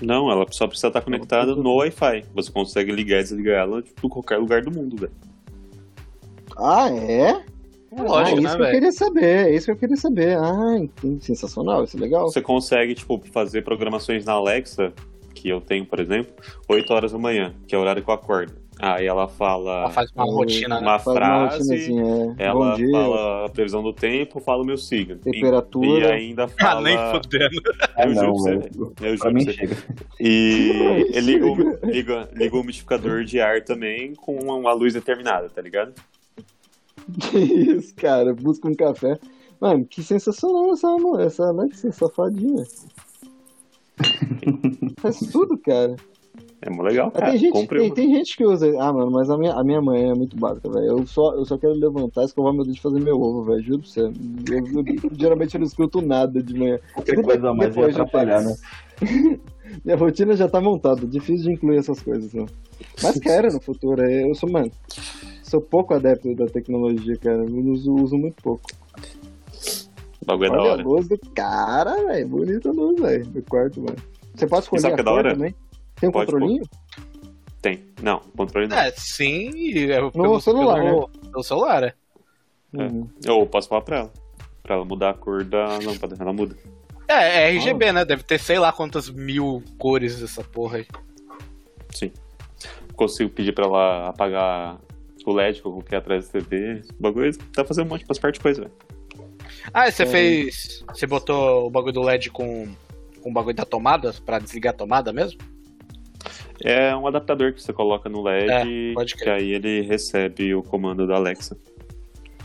A: Não, ela só precisa estar conectada no Wi-Fi. Você consegue ligar e desligar ela tipo, em qualquer lugar do mundo, velho.
C: Ah, é?
B: Lógico,
C: ah, isso
B: né,
C: que eu
B: velho?
C: queria saber, é isso que eu queria saber. Ah, entendi. Sensacional, isso é legal.
A: Você consegue, tipo, fazer programações na Alexa, que eu tenho, por exemplo, 8 horas da manhã, que é o horário que eu acordo. Aí ela fala
B: Ela faz uma
C: Hum,
B: rotina, né?
A: uma
C: Faz uma
A: frase,
C: rotinazinha, é.
A: ela
C: Bom dia,
A: fala a previsão do tempo, fala o meu signo. E, e
C: temperatura.
A: ainda
B: Ah,
A: fala... é
B: nem fudendo.
H: Ah,
A: Eu juro
H: não,
A: pra você,
H: velho.
A: Eu
H: Pra
A: juro
H: mim
A: pra você.
H: chega.
C: [LAUGHS]
A: E ele liga, o- liga- liga o umidificador de ar também com uma luz determinada, tá ligado?
C: [LAUGHS] Que isso, cara? Busca um café. Mano, que sensacional essa, essa Alexa, safadinha. Faz tudo, cara.
A: É mó legal,
C: Mas
A: cara.
C: tem, gente,
A: Compre
C: tem,
A: uma.
C: tem gente que usa. Ah, mano, mas a minha, a minha mãe é muito barca, velho. Eu só, eu só quero levantar, escovar meu dedo e fazer meu ovo, velho. Juro pra você. Eu- eu- geralmente eu não escuto nada de manhã.
H: Qualquer coisa a mais ia
C: Depois já
H: atrapalhar, né?
C: Minha rotina já tá montada, difícil de incluir essas coisas, né? Mas quero no futuro. é, Eu sou, mano, sou pouco adepto da tecnologia, cara. Eu uso, uso muito pouco.
A: O bagulho é da
C: Olha a
A: hora.
C: luz do cara, velho. Bonita a luz, velho. Do quarto, mano. Você pode escolher
A: sabe
C: a
A: que é da
C: cor
A: hora?
C: também? Tem um
A: Pode, pô.
C: controlinho? [LAUGHS]
A: Tem. Não, controle não.
B: É, sim, é no
C: celular, né?
B: pelo, pelo celular, é.
A: É. Eu posso falar pra ela. Pra ela mudar a cor da lâmpada. Ela muda.
B: É, é RGB,
C: Ah.
B: né? Deve ter sei lá quantas mil cores dessa porra aí.
A: Consigo pedir pra ela apagar o LED que eu coloquei atrás da TV. O bagulho tá fazendo um monte, faz parte de coisa, velho.
B: Ah,
H: É.
B: e você fez. Você botou o bagulho do LED com, com o bagulho da tomada, pra desligar a tomada mesmo?
A: É um adaptador que você coloca no LED
B: É, pode
A: que
B: crer.
A: aí ele recebe o comando da Alexa.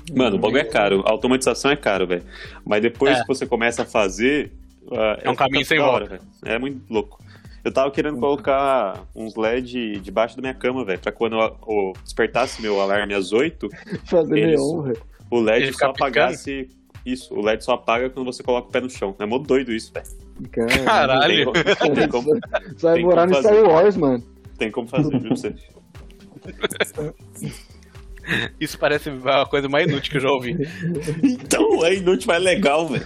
B: Hum,
A: Mano, o bagulho é caro. A automatização é caro, velho. Mas depois
B: É.
A: que você começa a fazer... ah,
B: É um caminho
A: fica
B: sem
A: da
B: volta.
A: velho. É muito louco. Eu tava querendo colocar uns LED debaixo da minha cama, velho. Pra quando eu- eu despertasse meu alarme às 8,
C: Fazer
A: Eles-
C: neon, velho.
A: o LED
B: Ele
A: só
B: fica
A: apagasse... Isso, o LED só apaga quando você coloca o pé no chão. É mó doido isso, velho.
H: É,
C: Cara,
B: Caralho!
A: Não [LAUGHS] tem como,
C: Sai
A: tem
C: morar
A: como
C: no
A: fazer.
C: Star Wars, mano.
A: tem como fazer, viu, pra
B: [LAUGHS]
A: você?
B: [LAUGHS] Isso parece a coisa mais inútil que eu já ouvi.
A: Então, é inútil, mas é legal, velho.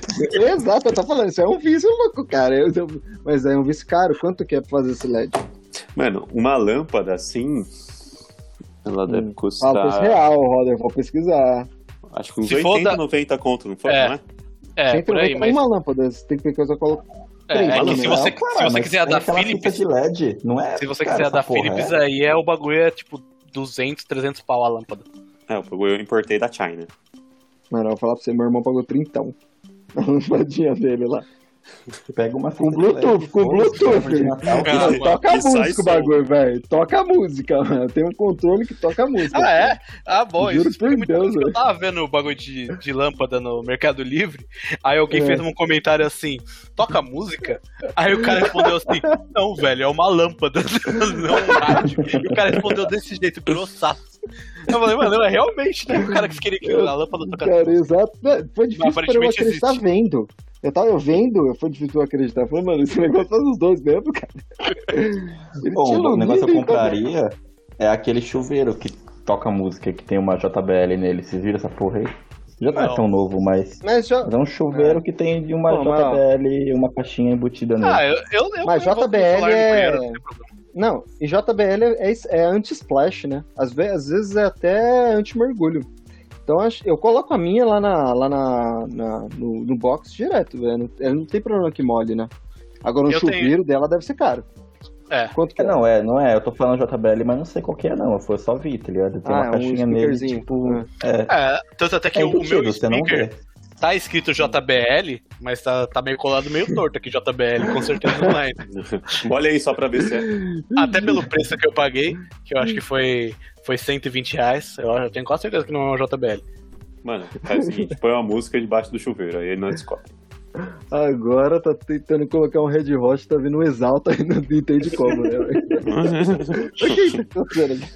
C: Exato, eu tô falando, isso é um vício louco, cara. Eu- eu- mas é um vício caro, quanto que é pra fazer esse LED?
B: Tá.
A: Mano, uma lâmpada assim. Ela deve custar.
C: Ah, preço real, Roder, vou pesquisar.
A: Acho que uns
B: Se
A: 80,
B: for da-
A: 90 conto, não foi?
B: É.
A: Não é?
B: É, por aí,
C: 190,
B: mas.
C: Uma lâmpada, você tem que ver que eu só coloco.
B: É, é que se
C: Não,
B: você,
H: Claro,
B: se você
H: né? mas
B: quiser a
H: tem
B: da
H: aquela fita
B: Philips,
H: de LED, não é?
B: se você
H: Cara,
B: quiser a da
H: essa porra
B: Philips,
H: é-
B: aí é o bagulho é tipo 200, 300 pau a lâmpada.
A: É, o bagulho eu importei da China.
C: Mano, eu vou falar pra você, meu irmão pagou trintão. A lampadinha dele lá.
H: Pega uma
C: Com Bluetooth, com Bluetooth.
B: Ah,
C: Mano,
B: mano,
C: toca a
A: e sai
C: música o
A: som.
C: bagulho, velho. Toca a música, mano. Tem um controle que toca a música.
B: Ah, é? Ah, bom,
C: Juro
B: isso explica
C: por
B: muita
C: Deus,
B: coisa. Eu
C: velho.
B: tava vendo o bagulho de, de lâmpada no Mercado Livre, aí alguém
C: É.
B: fez um comentário assim, toca música? Aí o cara respondeu assim, não, velho, é uma lâmpada, [LAUGHS] não um rádio. E o cara respondeu desse jeito, grossaço. Eu falei, mano, é realmente, né? O cara que queria que a lâmpada tocasse.
C: Cara, exato. Né, Foi difícil pra eu
B: aparentemente
C: acreditar
B: existe.
C: vendo. Eu tava eu vendo, eu- foi difícil eu acreditar. Eu Falei, mano, esse negócio faz uns dois mesmo, cara.
B: [LAUGHS]
C: Ele um te
H: Bom, o negócio que eu
C: ilumina,
H: compraria é aquele chuveiro que toca música, que tem uma JBL nele. Vocês viram essa porra aí? Já não,
B: Não.
H: é tão novo, mas.
C: cara. Mas, já-
H: mas é um chuveiro que tem de uma
C: Pô, mas-
H: JBL e uma caixinha embutida nele.
B: Ah, eu, eu, eu
C: Mas
B: eu vou
C: JBL
B: falar no
C: é-
B: banheiro, né? não tem problema.
C: não, e JBL é, é anti-splash, né? Às, ve- às vezes é até anti-mergulho. Então acho- eu coloco a minha lá, na, lá na, na- no, no box direto, velho. Não, é, não tem problema que molhe, né? Agora o
B: Eu tenho-
C: chuveiro dela deve ser caro.
B: É.
C: Quanto que
H: É,
C: é?
H: não, é, não é. Eu tô falando JBL, mas não sei qual que é, não. Eu foi- só vi, tá ligado? Tem
C: Ah, é
H: uma
C: um
H: caixinha nele,
C: speakerzinho. Ah.
H: tipo. É.
B: É, tanto até que
H: é
B: o, o
H: embutido,
B: meu
H: você não
B: speaker
H: vê.
B: tá escrito JBL, mas tá, tá meio colado, meio torto aqui JBL, com certeza não é.
A: Olha aí só pra ver se é.
B: Até pelo preço que eu paguei, que eu acho que foi, foi 120 reais, eu acho- eu tenho quase certeza que não é um JBL.
A: Mano, faz o seguinte: põe uma música debaixo do chuveiro, aí ele não descobre.
C: Agora tá tentando colocar um Red Hot, tá vindo um Exalta e não entende como, né?
A: [LAUGHS]
C: velho? O que tá acontecendo aqui?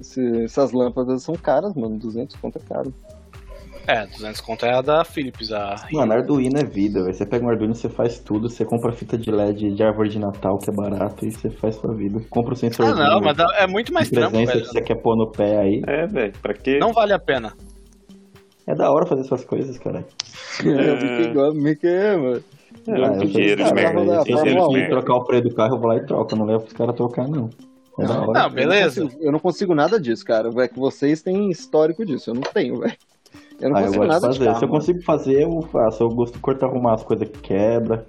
C: Esse- essas lâmpadas são caras, mano. 200 conto é caro.
B: É, 200 conto é a da Philips, a...
H: Mano, Arduino é vida, velho. Você pega um Arduino, você faz tudo. Você compra fita de LED de árvore de Natal, que é barato, e você faz sua vida. Compra o sensor.
B: Ah, não, mas dá- é muito mais trampo,
H: presença
B: velho.
H: que você quer pôr no pé aí.
A: É, velho, pra quê?
B: Não vale a pena.
H: É da hora fazer essas coisas, cara.
C: [LAUGHS] É. Porque igual a mim que é, mano.
A: É,
H: Ah,
A: tem dinheiro de
C: cara, vamos
A: merda.
C: lá,
A: né? Tem dinheiro
C: vamos lá,
A: de
C: vamos
H: Se
A: merda.
H: trocar o freio do carro, eu vou lá e troco. Eu não levo pros caras trocar, não. É da hora.
B: Não, beleza.
C: Eu não consigo, eu não consigo nada disso, cara. É que vocês têm histórico disso. Eu não tenho, velho. Eu não
H: Ah,
C: consigo
H: eu gosto de
C: nada
H: fazer.
C: de carro,
H: Se eu
C: mano.
H: consigo fazer, eu faço. Eu gosto de cortar, arrumar as coisas que quebra.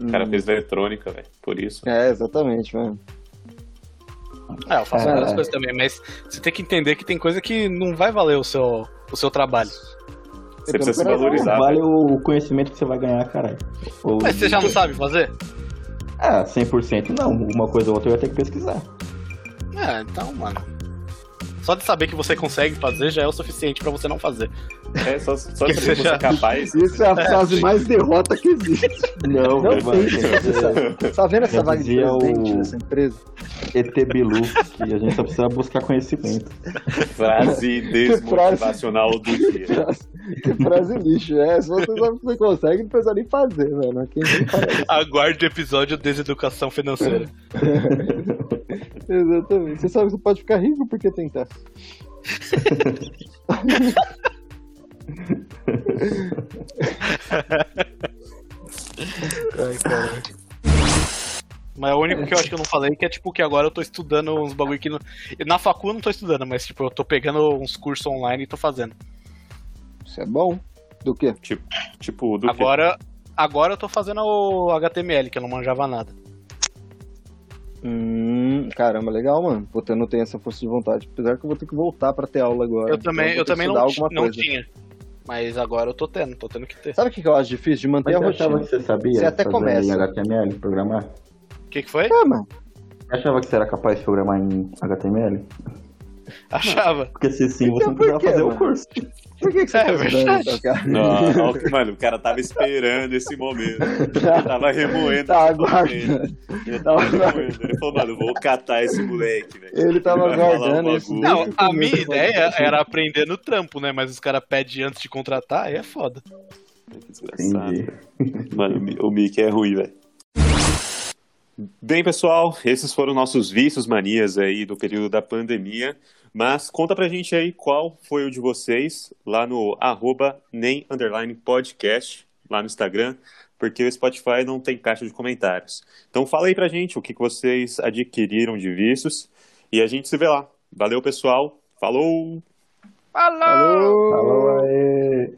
A: O cara fez eletrônica, velho. Por isso.
C: É, exatamente, mano.
B: É, eu faço
H: É.
B: várias coisas também, mas você tem que entender que tem coisa que não vai valer o seu, o seu trabalho.
A: Você precisa se
C: Não,
A: valorizar.
H: Ah, vale
A: velho.
H: o conhecimento que você vai ganhar, caralho. Ou-
B: Mas você já não sabe fazer?
H: Ah, 100% não. Uma coisa ou outra eu ia ter que pesquisar.
B: É, então, mano. Só de saber que você consegue fazer já é o suficiente pra você não fazer.
A: É, só, só se
B: você
A: você
B: já-
A: é capaz.
C: Isso é a frase mais derrota que existe.
H: Não,
C: Não
H: meu mano.
C: tem, gente. Tá vendo essa
H: Já
C: vaga de
H: dizia o-
C: presidente dessa empresa?
H: ET Bilu, que a gente só precisa buscar conhecimento.
B: [LAUGHS]
A: Frase desmotivacional do dia.
C: Que frase lixo, é. Se você sabe que você consegue, não precisa nem fazer, velho. Quem nem faz.
B: Aguarde o episódio Deseducação Financeira.
C: Exatamente. Você sabe que você pode ficar rico porque tentar.
B: Mas é o único que eu acho que eu não falei que é tipo que agora eu tô estudando uns bagulho que. Não... Na facu eu não tô estudando, mas tipo, eu tô pegando uns cursos online e tô fazendo.
C: Isso é bom. Do quê?
A: Tipo, tipo do quê?
B: Agora. Agora eu tô fazendo o HTML, que eu não manjava nada.
C: Hum, caramba, legal, mano. Pô, eu não tenho essa força de vontade. Apesar que eu vou ter que voltar pra ter aula agora.
B: Eu também, eu
C: Então, vou ter que
B: também
C: estudar
B: não,
C: alguma
B: não
C: coisa.
B: tinha. Mas agora eu tô tendo, tô tendo que ter.
C: Sabe o que que eu acho difícil? De manter
H: Mas
C: a
H: eu
C: rotina.
H: achava que você sabia
C: Você até
H: fazer
C: começa.
H: em HTML, programar?
B: O que, que
C: [LAUGHS]
B: foi?
C: É, mano.
H: Você achava que você era capaz de programar em HTML?
B: Achava.
H: Porque se sim, você
C: Então por
H: não precisava
C: quê,
H: fazer
C: mano?
H: o curso.
C: Por que, que você
B: É
C: tá estudando,
B: verdade.
C: então, cara?
A: Não, mano, o cara tava esperando esse momento. Ele tava remoendo.
C: Tá
A: essa porra dele.
C: aguardando.
A: Ele tava
C: Tava
A: remoendo. Ele falou, mano, eu vou catar esse moleque, velho.
C: Ele tava
A: Vai falar um
C: aguardando isso.
A: bagulho.
B: Não, a
C: Muito
B: minha
C: curioso,
B: ideia
C: mano.
B: era aprender no trampo, né? Mas os caras pedem antes de contratar, aí é foda.
A: Desgraçado.
H: Entendi.
A: Mano, o Mi- o Mickey é ruim, velho. Bem, pessoal, esses foram nossos vícios, manias aí do período da pandemia. Mas conta pra gente aí qual foi o de vocês lá no arroba nem underline podcast, lá no Instagram, porque o Spotify não tem caixa de comentários. Então fala aí pra gente o que que vocês adquiriram de vícios e a gente se vê lá. Valeu, pessoal. Falou!
B: Falou!
C: Falou!
H: Falou aí!